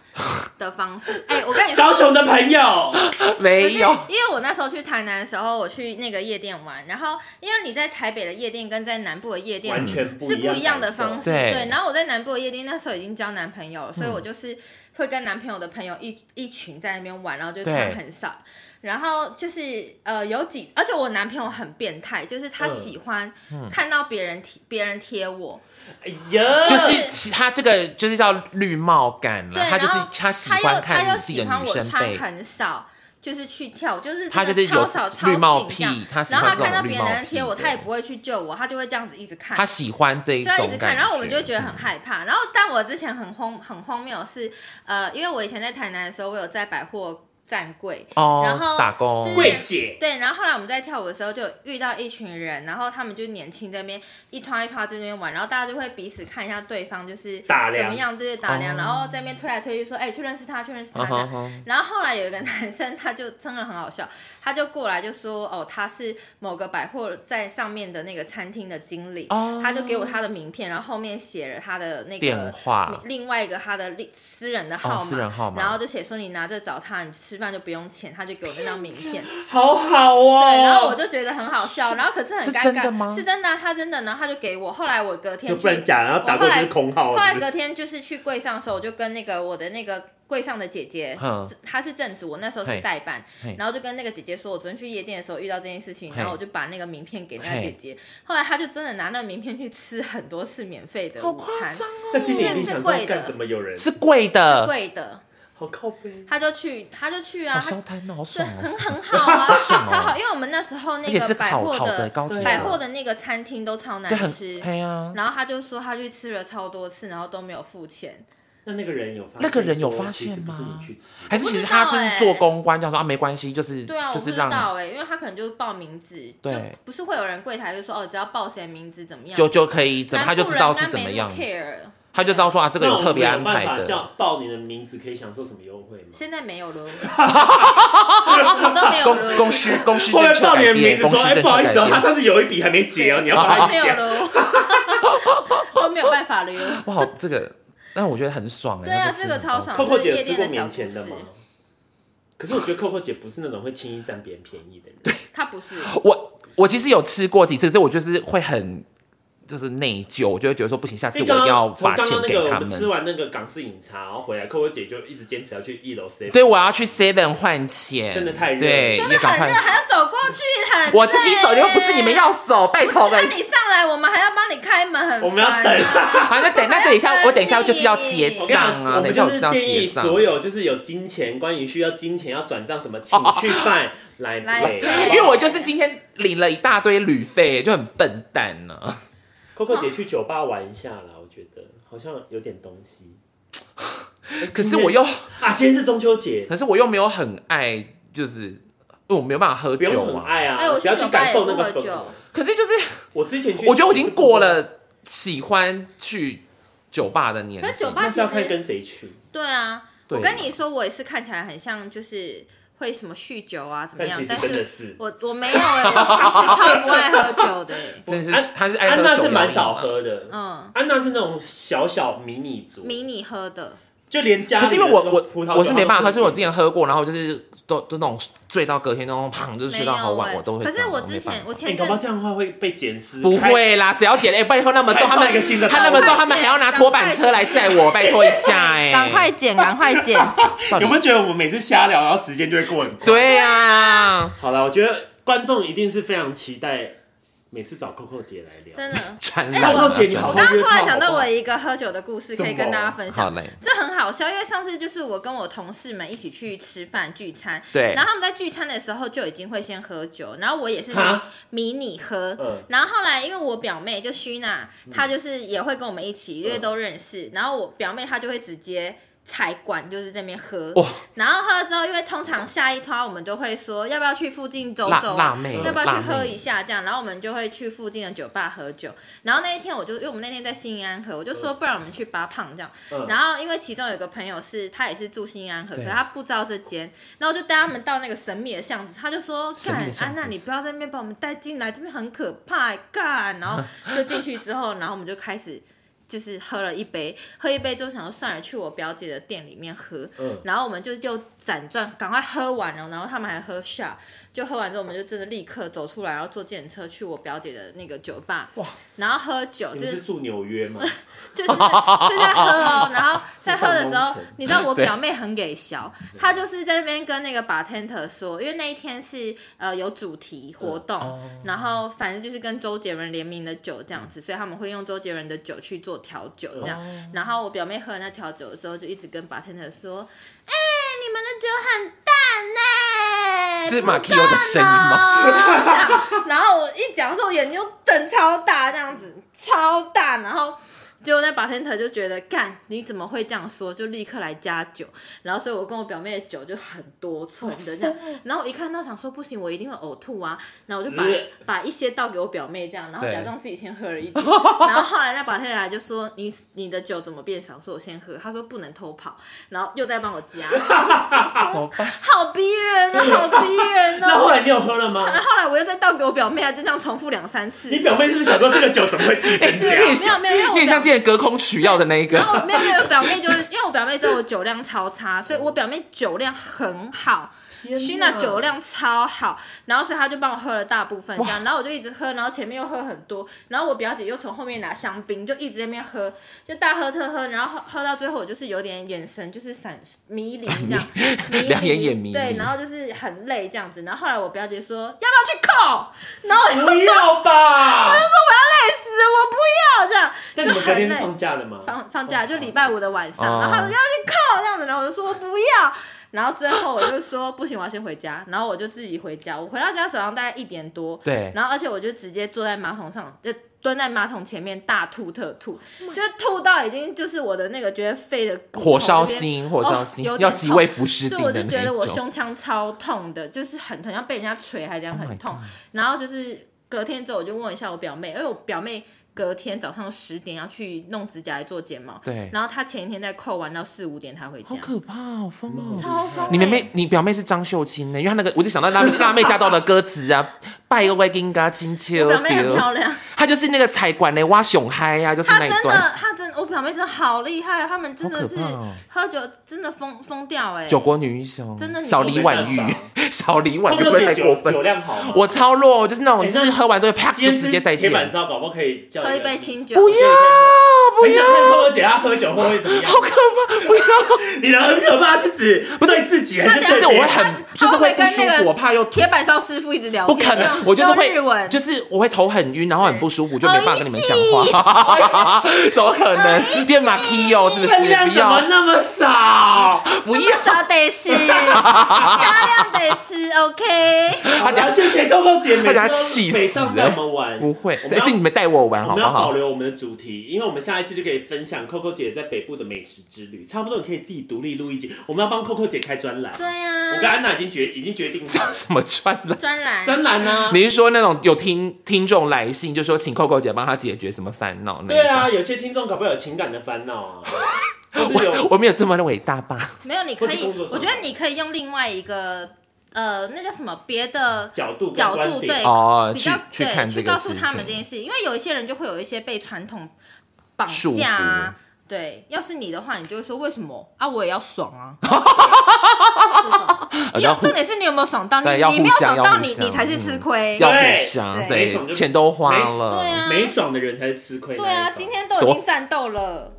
Speaker 2: 的方式。哎、我跟你说，
Speaker 1: 高雄的朋友，
Speaker 2: 嗯可是
Speaker 3: (laughs) 没有，
Speaker 2: 因为我那时候去台南的时候，我去那个夜店玩，然后因为你在台北的夜店跟在南部的夜店
Speaker 1: 完全不
Speaker 2: 是
Speaker 1: 一
Speaker 2: 不一
Speaker 1: 样
Speaker 2: 样
Speaker 1: 的
Speaker 2: 的
Speaker 1: 方
Speaker 2: 方
Speaker 1: 式。
Speaker 2: 式，
Speaker 3: 对嗯
Speaker 2: 对。然后我在南部的夜店那时候已经交男朋友了，所以我就是会跟男朋友的朋友一一群在那边玩，然后就穿
Speaker 3: 对
Speaker 2: 很少。然后就是呃，有几，而且我男朋友很变态，就是他
Speaker 1: 嗯
Speaker 2: 喜欢看到别人贴别人贴我，
Speaker 3: 嗯
Speaker 1: 哎呀，
Speaker 3: 就是其他这个就是叫绿帽感了，
Speaker 2: 对，
Speaker 3: 他就
Speaker 2: 然后
Speaker 3: 是他喜
Speaker 2: 他
Speaker 3: 欢
Speaker 2: 又他
Speaker 3: 看
Speaker 2: 又
Speaker 3: 你自己
Speaker 2: 喜
Speaker 3: 的
Speaker 2: 欢
Speaker 3: 女
Speaker 2: 我
Speaker 3: 生
Speaker 2: 穿
Speaker 3: 被，
Speaker 2: 很少，就是去跳，就是
Speaker 3: 他
Speaker 2: 真
Speaker 3: 就
Speaker 2: 的
Speaker 3: 是有
Speaker 2: 超少超
Speaker 3: 绿帽
Speaker 2: 紧这样
Speaker 3: 癖，他喜
Speaker 2: 然后
Speaker 3: 欢
Speaker 2: 他
Speaker 3: 这
Speaker 2: 看到
Speaker 3: 种绿
Speaker 2: 别
Speaker 3: 帽
Speaker 2: 人
Speaker 3: 癖
Speaker 2: 贴我，他也
Speaker 3: 的，
Speaker 2: 不会去救我，他就会这样子一直看，
Speaker 3: 他喜欢这一
Speaker 2: 就
Speaker 3: 种
Speaker 2: 要一直看，
Speaker 3: 感
Speaker 2: 然后我们就会觉得很
Speaker 3: 嗯
Speaker 2: 害怕。然后，但我之前很荒很荒谬的是，呃，因为我以前在台南的时候，我有在百货站柜，然
Speaker 3: 哦
Speaker 2: 后
Speaker 3: 打工
Speaker 2: 对
Speaker 1: 柜姐，
Speaker 2: 对，然后后来我们在跳舞的时候就有遇到一群人，然后他们就年轻这边一团一团这边玩，然后大家就会彼此看一下对方就是
Speaker 1: 打量
Speaker 2: 怎么样，对打量，
Speaker 3: 哦
Speaker 2: 然后这边推来推去说，哎、去认识他，去认识他。
Speaker 3: 嗯
Speaker 2: 这样
Speaker 3: 哼哼
Speaker 2: 然后后来有一个男生，他就真的很好笑，他就过来就说，哦，他是某个百货在上面的那个餐厅的经理，
Speaker 3: 哦
Speaker 2: 他就给我他的名片，然后后面写了他的那
Speaker 3: 电
Speaker 2: 个
Speaker 3: 话
Speaker 2: 另外一个他的另私人的号
Speaker 3: 哦
Speaker 2: 码，
Speaker 3: 私人号码
Speaker 2: 然后就写说你拿着找他，你吃饭就不用钱，他就给我那张名片，
Speaker 1: 好好哦。
Speaker 2: 对，然后我就觉得很好笑，然后可是很
Speaker 3: 是
Speaker 2: 尴
Speaker 3: 真
Speaker 2: 尬，
Speaker 3: 的吗
Speaker 2: 是真的啊、他真的，然后他就给我，后来我隔天
Speaker 1: 就
Speaker 2: 去
Speaker 1: 不然假，然后打过去就是空号
Speaker 2: 后来
Speaker 1: 是不
Speaker 2: 隔
Speaker 1: 是。
Speaker 2: 天就是去柜上的时候，我就跟那个我的那个柜上的姐姐
Speaker 3: 哼，
Speaker 2: 她是正职，我那时候是
Speaker 3: 嘿
Speaker 2: 代办
Speaker 3: 嘿，
Speaker 2: 然后就跟那个姐姐说，我昨天去夜店的时候遇到这件事情，
Speaker 3: 嘿
Speaker 2: 然后我就把那个名片给那个姐姐，后来她就真的拿那个名片去吃很多次免费的
Speaker 3: 好
Speaker 2: 午
Speaker 3: 夸
Speaker 2: 餐，
Speaker 3: 张哦，
Speaker 1: (laughs) 那今年一定想
Speaker 2: 是
Speaker 1: 说
Speaker 2: 贵，的
Speaker 1: 干怎么有人？
Speaker 3: 是贵的，
Speaker 2: 贵的，
Speaker 1: 好靠背。
Speaker 2: 她就去，她就去啊，
Speaker 3: 好
Speaker 2: 她
Speaker 3: 消摊哦，好
Speaker 2: 对，
Speaker 3: 爽哦
Speaker 2: 很。很好
Speaker 3: (laughs)
Speaker 2: 啊，
Speaker 3: 爽哦
Speaker 2: 超好，因为我们那时候
Speaker 3: 而
Speaker 2: 那
Speaker 3: 且是
Speaker 2: 个百
Speaker 3: 好
Speaker 2: 货
Speaker 3: 好的高级
Speaker 1: 对
Speaker 3: 的
Speaker 2: 百货的那个餐厅都超
Speaker 3: 对，
Speaker 2: 难
Speaker 3: 很
Speaker 2: 吃，
Speaker 3: 哎呀，
Speaker 2: 然后他就说他去吃了超多次，然后都没有付钱，
Speaker 1: 那那个人有发现
Speaker 3: 那个人有
Speaker 1: 说
Speaker 3: 发
Speaker 1: 其实
Speaker 3: 现
Speaker 1: 不
Speaker 3: 吗
Speaker 1: 是你去吃，
Speaker 3: 还是其实他就
Speaker 2: 不知
Speaker 3: 是
Speaker 2: 道欸
Speaker 3: 做公关，这样说啊，没关系，就是
Speaker 2: 对啊，
Speaker 3: 就
Speaker 2: 我不
Speaker 3: 是
Speaker 2: 知
Speaker 3: 让
Speaker 2: 道哎、因为他可能就是报名字，就
Speaker 3: 对
Speaker 2: 不是会有人柜台就说哦，只要报谁名字怎么样，
Speaker 3: 就就可以怎么，
Speaker 2: 南部
Speaker 3: 他就知道是
Speaker 2: 人
Speaker 3: 怎么样
Speaker 2: 应，该没那 care，
Speaker 3: 他就知道说啊，这个
Speaker 1: 那我
Speaker 3: 有
Speaker 1: 们
Speaker 3: 特别安
Speaker 1: 有
Speaker 3: 排
Speaker 1: 办法
Speaker 3: 的。
Speaker 1: 叫报你的名字可以享受什么优惠吗？
Speaker 2: 现在没有了，
Speaker 1: (laughs)
Speaker 2: 我都没有
Speaker 3: 公
Speaker 2: 了，
Speaker 3: 公司公司
Speaker 1: 会不会
Speaker 3: 政策
Speaker 1: 报你
Speaker 3: 改
Speaker 1: 的名
Speaker 3: 变，
Speaker 1: 字
Speaker 3: 公
Speaker 1: 说，
Speaker 3: 司
Speaker 1: 哎、
Speaker 3: 政
Speaker 1: 不好
Speaker 3: 策
Speaker 1: 意思哦、
Speaker 3: 改
Speaker 1: 他
Speaker 3: 变。
Speaker 1: 上次有一笔还没结哦，你要帮
Speaker 2: 都
Speaker 1: 他
Speaker 2: 没有
Speaker 1: 讲。
Speaker 2: 了， (laughs) 都没有办法了哟。
Speaker 3: 哇，好这个，但我觉得很爽哎。
Speaker 2: 对啊
Speaker 3: 那吃
Speaker 2: 这个超爽
Speaker 1: 扣扣姐有
Speaker 2: 夜
Speaker 1: 吃
Speaker 2: 店
Speaker 1: 过
Speaker 2: 的
Speaker 1: 免
Speaker 2: 小
Speaker 1: 钱的
Speaker 2: 故
Speaker 1: 吗
Speaker 2: 事？
Speaker 1: 可是我觉得扣扣姐不是那种会轻易占别人便宜的人。对，
Speaker 2: 他不是，
Speaker 3: 我我其实有吃过几次，可是我就是会很就是内疚，我就会觉得说不行，下次
Speaker 1: 因为
Speaker 3: 我
Speaker 1: 刚
Speaker 3: 一定要
Speaker 1: 哎刚从
Speaker 3: 把
Speaker 1: 刚
Speaker 3: 钱
Speaker 1: 刚那
Speaker 3: 给
Speaker 1: 个我
Speaker 3: 他
Speaker 1: 们吃
Speaker 3: 们。
Speaker 1: 完那个港式饮茶，然后回来，扣扣姐就一直坚持要去一楼 C。
Speaker 3: 对，我要去 Seven 换钱，
Speaker 1: 真的太热
Speaker 3: 对，
Speaker 2: 真
Speaker 3: 也
Speaker 2: 的
Speaker 3: 赶
Speaker 2: 很
Speaker 3: 快
Speaker 2: 热，，还要走过去，很
Speaker 3: (laughs) 我自己走
Speaker 2: 累
Speaker 3: 又不是你们要走，拜
Speaker 2: 不是，
Speaker 3: 托
Speaker 2: 那
Speaker 3: 拜托。
Speaker 2: 你上来，我们还要帮你开门，很
Speaker 1: 我们要
Speaker 2: 烦
Speaker 1: 等
Speaker 2: 啊
Speaker 3: 好，那等那等一下，我等一下就是要结
Speaker 1: 我跟你
Speaker 3: 账
Speaker 1: 讲，我
Speaker 3: 啊，等
Speaker 1: 们
Speaker 3: 一下
Speaker 1: 就是
Speaker 3: 我是要
Speaker 1: 建
Speaker 3: 结
Speaker 1: 议
Speaker 3: 账。
Speaker 1: 所有就是有金钱，关于需要金钱要转账什么，请去办来
Speaker 2: 来
Speaker 1: 配。
Speaker 2: pay
Speaker 3: 因为我就是今天领了一大堆旅费，就很笨蛋啊呢、
Speaker 1: (laughs) Coco 姐去酒吧玩一下啦，我觉得好像有点东西。
Speaker 3: 可是我又，
Speaker 1: 啊，今天是中秋节，
Speaker 3: 可是我又没有很爱，就是因为我没有办法喝
Speaker 1: 不用
Speaker 3: 酒
Speaker 1: 很
Speaker 3: 啊。
Speaker 1: 爱啊，
Speaker 2: 哎我去
Speaker 1: 只要去感受那个
Speaker 2: 酒吧也不喝
Speaker 1: 氛围
Speaker 2: 酒。
Speaker 3: 可是就是，
Speaker 1: 我之前去，
Speaker 3: 我觉得我已经过，了喜欢去酒吧的年
Speaker 2: 可是
Speaker 3: 纪
Speaker 2: 酒。吧
Speaker 1: 那
Speaker 2: 其
Speaker 1: 是要看
Speaker 2: 实
Speaker 1: 跟谁去。
Speaker 2: 对啊，
Speaker 3: 对
Speaker 2: 我跟你说，我也是看起来很像，就是会什么酗酒啊，怎么
Speaker 1: 但
Speaker 2: 样
Speaker 1: 其？实
Speaker 2: 但
Speaker 1: 真的
Speaker 2: 是
Speaker 1: 是，
Speaker 2: 我我没有哎、我其实超不爱喝酒的、欸，
Speaker 3: 真的
Speaker 1: 安
Speaker 3: 是，他是爱
Speaker 1: 安
Speaker 3: 喝
Speaker 1: 娜
Speaker 3: 手摇
Speaker 1: 是
Speaker 3: 饮嘛
Speaker 1: 蛮少。喝的，
Speaker 2: 嗯，
Speaker 1: 安娜是那种小小迷你族，
Speaker 2: 迷你喝的，
Speaker 1: 就连家
Speaker 3: 可
Speaker 1: 里
Speaker 3: 是因为我我
Speaker 1: 的葡萄酒
Speaker 3: 我是没办法喝，
Speaker 1: 她
Speaker 3: 是
Speaker 1: 都
Speaker 3: 因为我
Speaker 1: 不
Speaker 3: 之前喝过，然后就是都都那种醉到隔天那种，砰，就是
Speaker 2: 没
Speaker 3: 睡
Speaker 2: 有
Speaker 3: 到好晚，
Speaker 2: 欸
Speaker 3: 我都会这
Speaker 2: 可
Speaker 3: 样。啊
Speaker 2: 是我
Speaker 3: 没
Speaker 2: 之
Speaker 3: 办
Speaker 2: 前
Speaker 3: 法
Speaker 2: 我
Speaker 1: 哎，搞
Speaker 2: 前阵
Speaker 1: 不好这样的话会被捡尸。
Speaker 3: 不会啦，谁要捡？哎、不然以后那么重，
Speaker 1: 开
Speaker 3: 他
Speaker 1: 创一
Speaker 3: 们
Speaker 1: 个新的道路
Speaker 3: 他那么重，他们还要拿拖板车来载我，拜托一
Speaker 2: (laughs)
Speaker 3: 下哎、
Speaker 2: 赶快剪，赶快剪，
Speaker 1: (laughs) 有
Speaker 3: 到底
Speaker 1: 没有觉得我们每次瞎聊，然后时间就会过很快？
Speaker 2: 哎
Speaker 3: 对呀、
Speaker 1: 好了，我觉得观众一定是非常期待每次找 Coco 姐来聊，
Speaker 2: 真的。
Speaker 3: 传
Speaker 2: 哎
Speaker 3: 染
Speaker 2: 我
Speaker 3: 啊。
Speaker 1: 姐你
Speaker 3: 传
Speaker 1: 好
Speaker 2: 我
Speaker 3: 染
Speaker 2: 刚刚突然想
Speaker 1: 好
Speaker 2: 到
Speaker 1: 不好
Speaker 2: 我一个喝酒的故事，可以跟大家分
Speaker 3: 好
Speaker 2: 享。
Speaker 3: 嘞，
Speaker 2: 这很好笑，因为上次就是我跟我同事们一起去吃饭聚餐，
Speaker 3: 对
Speaker 2: 然后他们在聚餐的时候就已经会先喝酒，然后我也是
Speaker 1: 哈
Speaker 2: 迷你喝，
Speaker 1: 嗯
Speaker 2: 然后后来因为我表妹就虚娜，她就是也会跟我们一起，
Speaker 3: 嗯
Speaker 2: 因为都认识，然后我表妹她就会直接。才管就是这边喝
Speaker 3: 哇，
Speaker 2: 然后喝了之后，因为通常下一团我们都会说要不要去附近走
Speaker 3: 辣
Speaker 2: 走
Speaker 3: 辣
Speaker 2: 啊，
Speaker 3: 妹
Speaker 2: 要不要
Speaker 3: 辣
Speaker 2: 去
Speaker 3: 妹
Speaker 2: 喝一下这样，然后我们就会去附近的酒吧喝酒。然后那一天我就因为我们那天在新义安河，我就说不然我们去八胖这样，
Speaker 1: 嗯
Speaker 2: 然后因为其中有个朋友是他也是住新安河，可
Speaker 3: 对
Speaker 2: 是他不知道这间，然后我就带他们到那个神秘的巷子，他就说：“
Speaker 3: 神秘
Speaker 2: 干
Speaker 3: 的巷，子
Speaker 2: 安娜，你不要在那边把我们带进来，这边很可怕，干。”然后就进去之后，然后我们就开始就是喝了一杯，喝一杯之后想说算了，去我表姐的店里面喝。
Speaker 1: 嗯，
Speaker 2: 然后我们就就辗转，赶快喝完了，然后他们还喝下，就喝完之后，我们就真的立刻走出来，然后坐电车去我表姐的那个酒吧，
Speaker 3: 哇
Speaker 2: 然后喝酒，
Speaker 1: 你
Speaker 2: 就
Speaker 1: 们
Speaker 2: 是
Speaker 1: 是住纽约吗？
Speaker 2: 就真的就在喝哦，然后在喝的时
Speaker 1: 上
Speaker 2: 候
Speaker 1: 工程，
Speaker 2: 你知道我表妹很给笑，她就是在那边跟那个 bartender 说，因为那一天是呃有主题活动，然后反正就是跟周杰伦联名的酒这样子，所以他们会用周杰伦的酒去做调酒这样。然后我表妹喝了那调酒之后，就一直跟 bartender 说：“哎、你们的酒很欸淡呢、
Speaker 3: 是马 Q 的声音吗？
Speaker 2: 吗？啊然后我一讲的时候，眼睛就瞪超大，这样子超大，然后。结果那 bartender 就觉得，干你怎么会这样说？就立刻来加酒，然后所以我跟我表妹的酒就很多存的这样，然后我一看到想说不行，我一定会呕吐啊，然后我就把、
Speaker 1: 呃
Speaker 2: 把一些倒给我表妹这样，然后
Speaker 3: 对
Speaker 2: 假装自己先喝了一点，然后后来那 bartender 来就说你你的酒怎么变少？我说我先喝，他说不能偷跑，然后又在帮我加，
Speaker 3: 怎么办？
Speaker 2: 好逼人啊，好逼
Speaker 3: (laughs)
Speaker 2: 人
Speaker 1: 那
Speaker 2: 啊！
Speaker 1: 后来你有喝了吗？
Speaker 2: (laughs) 然后后来我又再倒给我表妹啊，就这样重复两三次。
Speaker 1: 你表妹是不是想说这个酒怎么会自己增
Speaker 3: 你
Speaker 1: 加？
Speaker 3: 也
Speaker 2: 没有没有因为我
Speaker 3: 你也像之前隔空取药的那一个
Speaker 2: 然，后没有没有，表妹就是因为我表妹知道我酒量超差，所以我表妹酒量很好，
Speaker 1: 天
Speaker 2: 熏
Speaker 1: 哪
Speaker 2: 娜酒量超好，然后所以她就帮我喝了大部分这样，然后我就一直喝，然后前面又喝很多，然后我表姐又从后面拿香槟，就一直在那边喝，就大喝特喝，然后喝喝到最后我就是有点眼神就是闪迷离这
Speaker 3: (laughs)
Speaker 2: 样，迷离
Speaker 3: 两眼眼迷离
Speaker 2: 对，然后就是很累这样子，然后后来我表姐说要不要去扣，然后我就说我
Speaker 1: 不要
Speaker 3: (laughs)
Speaker 1: 吧！
Speaker 2: 要累死，我不要这样，
Speaker 1: 但你
Speaker 2: 就
Speaker 1: 们隔
Speaker 2: 很
Speaker 1: 天是
Speaker 2: 累。
Speaker 1: 放假了吗？
Speaker 2: 放放假，就礼拜五的晚上，
Speaker 3: 哦
Speaker 2: 然后他说要去扣这样子，然后我就说我不要，然后最后我就说不行，我要先回家，然后我就自己回家。我回到家手上大概一点多，
Speaker 3: 对，
Speaker 2: 然后而且我就直接坐在马桶上，就蹲在马桶前面大吐特吐，就是吐到已经就是我的那个觉得肺的骨头
Speaker 3: Oh 火烧
Speaker 2: 那边
Speaker 3: 心，火烧心
Speaker 2: 哦有，点
Speaker 3: 要几位服尸
Speaker 2: 对，
Speaker 3: 定
Speaker 2: 我
Speaker 3: 的
Speaker 2: 就觉
Speaker 3: 那
Speaker 2: 得我
Speaker 3: 种。
Speaker 2: 胸腔超痛的，就是很疼，像被人家捶还这样
Speaker 3: Oh my
Speaker 2: 很痛。
Speaker 3: God
Speaker 2: 然后就是隔天之后，我就问一下我表妹，因为我表妹隔天早上十点要去弄指甲来做睫毛，
Speaker 3: 对
Speaker 2: 然后她前一天在扣完到四五点才回家
Speaker 3: 哎好，可怕，好疯哦！
Speaker 2: 超疯欸、
Speaker 3: 你妹妹，你表妹是张秀清呢，因为她那个，我就想到辣辣妹加到的歌词啊，拜个外金嘎亲切
Speaker 2: 我
Speaker 3: 哦
Speaker 2: 表，妹很漂亮，
Speaker 3: 她 (laughs) 就是那个菜馆嘞，挖熊嗨呀，就是
Speaker 2: 她
Speaker 3: 那
Speaker 2: 真
Speaker 3: 一
Speaker 2: 的
Speaker 3: 段，
Speaker 2: 她真的，我表妹真的好厉害，啊他们真的是
Speaker 3: 好可怕哦
Speaker 2: 喝酒真的疯疯掉哎、
Speaker 3: 九国女英雄
Speaker 2: 真的，你
Speaker 3: 小李婉
Speaker 1: 没
Speaker 3: 玉
Speaker 1: 办，
Speaker 3: (laughs) 小李婉玉会不
Speaker 1: Coco
Speaker 3: 会太
Speaker 1: 姐
Speaker 3: 过
Speaker 1: 酒
Speaker 3: 分
Speaker 1: 酒。量好吗？
Speaker 3: 我超弱，就是那种，
Speaker 1: 哎
Speaker 3: 就是
Speaker 1: 那
Speaker 3: 喝完之后啪就
Speaker 1: 今天吃
Speaker 3: 直接再见
Speaker 1: 铁。板烧，宝宝可以叫
Speaker 2: 喝一
Speaker 1: 个
Speaker 2: 杯。清酒，
Speaker 3: 不要不
Speaker 1: 很
Speaker 3: 要
Speaker 1: 想，看 Coco 姐她喝酒后会怎么样
Speaker 3: 好？可怕！不要，
Speaker 1: (laughs) 你的很可怕是指不对自己还是
Speaker 2: 她
Speaker 3: 但
Speaker 1: 对
Speaker 3: 是
Speaker 1: 别
Speaker 3: 我会
Speaker 1: 人？
Speaker 3: 很，
Speaker 2: 她
Speaker 3: 就是
Speaker 2: 她会
Speaker 3: 会不
Speaker 2: 跟
Speaker 3: 舒
Speaker 2: 那
Speaker 3: 服，
Speaker 2: 个
Speaker 3: 我怕又吐
Speaker 2: 铁板烧师傅一直聊
Speaker 3: 不
Speaker 2: 天，
Speaker 3: 可能，
Speaker 2: 用
Speaker 3: 我就是
Speaker 2: 用
Speaker 3: 会
Speaker 2: 日文，
Speaker 3: 就是我会头很晕，然后很不舒服，就没办法跟你们讲
Speaker 2: 哦
Speaker 3: 话。 (laughs) 怎么可能？变马 k 哦，是不是？
Speaker 1: (laughs) 分量
Speaker 3: 不
Speaker 1: 怎么
Speaker 3: 要，
Speaker 1: 那么
Speaker 3: (laughs)
Speaker 1: 少？
Speaker 3: 不要！
Speaker 2: 少得是，大量得
Speaker 3: (laughs)
Speaker 2: 是 OK。
Speaker 1: 好了，谢谢 Coco 姐，每
Speaker 3: 她等下
Speaker 1: 次
Speaker 3: 气
Speaker 1: 都每
Speaker 3: 死
Speaker 1: 上跟我们玩，
Speaker 3: 不会，
Speaker 1: 我们
Speaker 3: 是
Speaker 1: 要
Speaker 3: 是你们带我玩
Speaker 1: 我
Speaker 3: 好
Speaker 1: 们
Speaker 3: 不
Speaker 1: 要保
Speaker 3: 好？
Speaker 1: 留我们的主题，因为我们下一次就可以分享 Coco 姐在北部的美食之旅。差不多你可以自己独立录一集，我们要帮 Coco 姐开专栏。
Speaker 2: 对啊
Speaker 1: 我跟
Speaker 2: 呀、
Speaker 1: 安娜已经决已经
Speaker 2: (laughs)
Speaker 1: 决定好
Speaker 2: 啊
Speaker 1: 了，
Speaker 3: (laughs) 什么穿了？
Speaker 2: 专栏
Speaker 1: 专栏呢？
Speaker 3: 啊你是说那种有听听众来信，就说请 Coco 姐帮他解决什么烦恼？
Speaker 1: 对，啊，有些听众搞不好有情感的烦恼啊，
Speaker 3: (laughs)
Speaker 1: 或是有
Speaker 3: 我我没有这么的伟大吧？
Speaker 2: 没有，你可
Speaker 1: 或是
Speaker 2: 以
Speaker 1: 工作，上
Speaker 2: 我觉得你可以用另外一个呃，那叫什么别的。
Speaker 1: 角度跟
Speaker 2: 角
Speaker 1: 观
Speaker 2: 度
Speaker 1: 点
Speaker 2: 对
Speaker 3: 哦，
Speaker 2: 比
Speaker 3: 去
Speaker 2: 较
Speaker 3: 去
Speaker 2: 对
Speaker 3: 看这
Speaker 2: 去
Speaker 3: 个
Speaker 2: 告
Speaker 3: 事
Speaker 2: 诉他们这
Speaker 3: 情，
Speaker 2: 件事，因为有一些人就会有一些被传统绑
Speaker 3: 束
Speaker 2: 架啊
Speaker 3: 缚。
Speaker 2: 对，要是你的话，你就会说为什么啊？我也要爽
Speaker 3: (laughs)
Speaker 2: 啊！
Speaker 3: 呃
Speaker 2: 你
Speaker 3: 要
Speaker 2: 有
Speaker 3: 互
Speaker 2: 重点是你有没有爽到你？
Speaker 3: 对要
Speaker 2: 你没有
Speaker 3: 互相
Speaker 2: 爽到
Speaker 3: 要互
Speaker 2: 你，
Speaker 3: 相嗯
Speaker 2: 你才是吃亏。
Speaker 3: 要互
Speaker 1: 对
Speaker 3: 相，
Speaker 2: 对
Speaker 1: 没什么就
Speaker 3: 对，钱都花
Speaker 1: 没什
Speaker 3: 了，
Speaker 2: 对啊，
Speaker 1: 没爽的人才是吃亏那一
Speaker 2: 对
Speaker 1: 方。
Speaker 2: 啊，今天都已
Speaker 3: 多
Speaker 2: 经战斗了，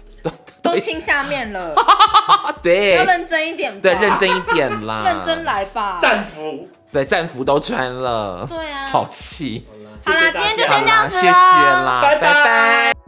Speaker 2: 都亲下面了，
Speaker 3: (laughs) 对
Speaker 2: 要认真一点吧。
Speaker 3: 对，认真一点
Speaker 2: (laughs)
Speaker 3: 啦，
Speaker 2: 认真来吧。
Speaker 1: 战俘。
Speaker 3: 对，战服都穿了，
Speaker 2: 对啊，
Speaker 3: 好气。
Speaker 1: 好啦
Speaker 2: 好啦，
Speaker 1: 谢谢大
Speaker 2: 今
Speaker 1: 家
Speaker 2: 天就
Speaker 3: 好
Speaker 2: 先这样
Speaker 3: 啦，
Speaker 2: 子
Speaker 3: 谢谢
Speaker 2: 咯
Speaker 3: 啦，
Speaker 1: 拜拜
Speaker 3: 拜拜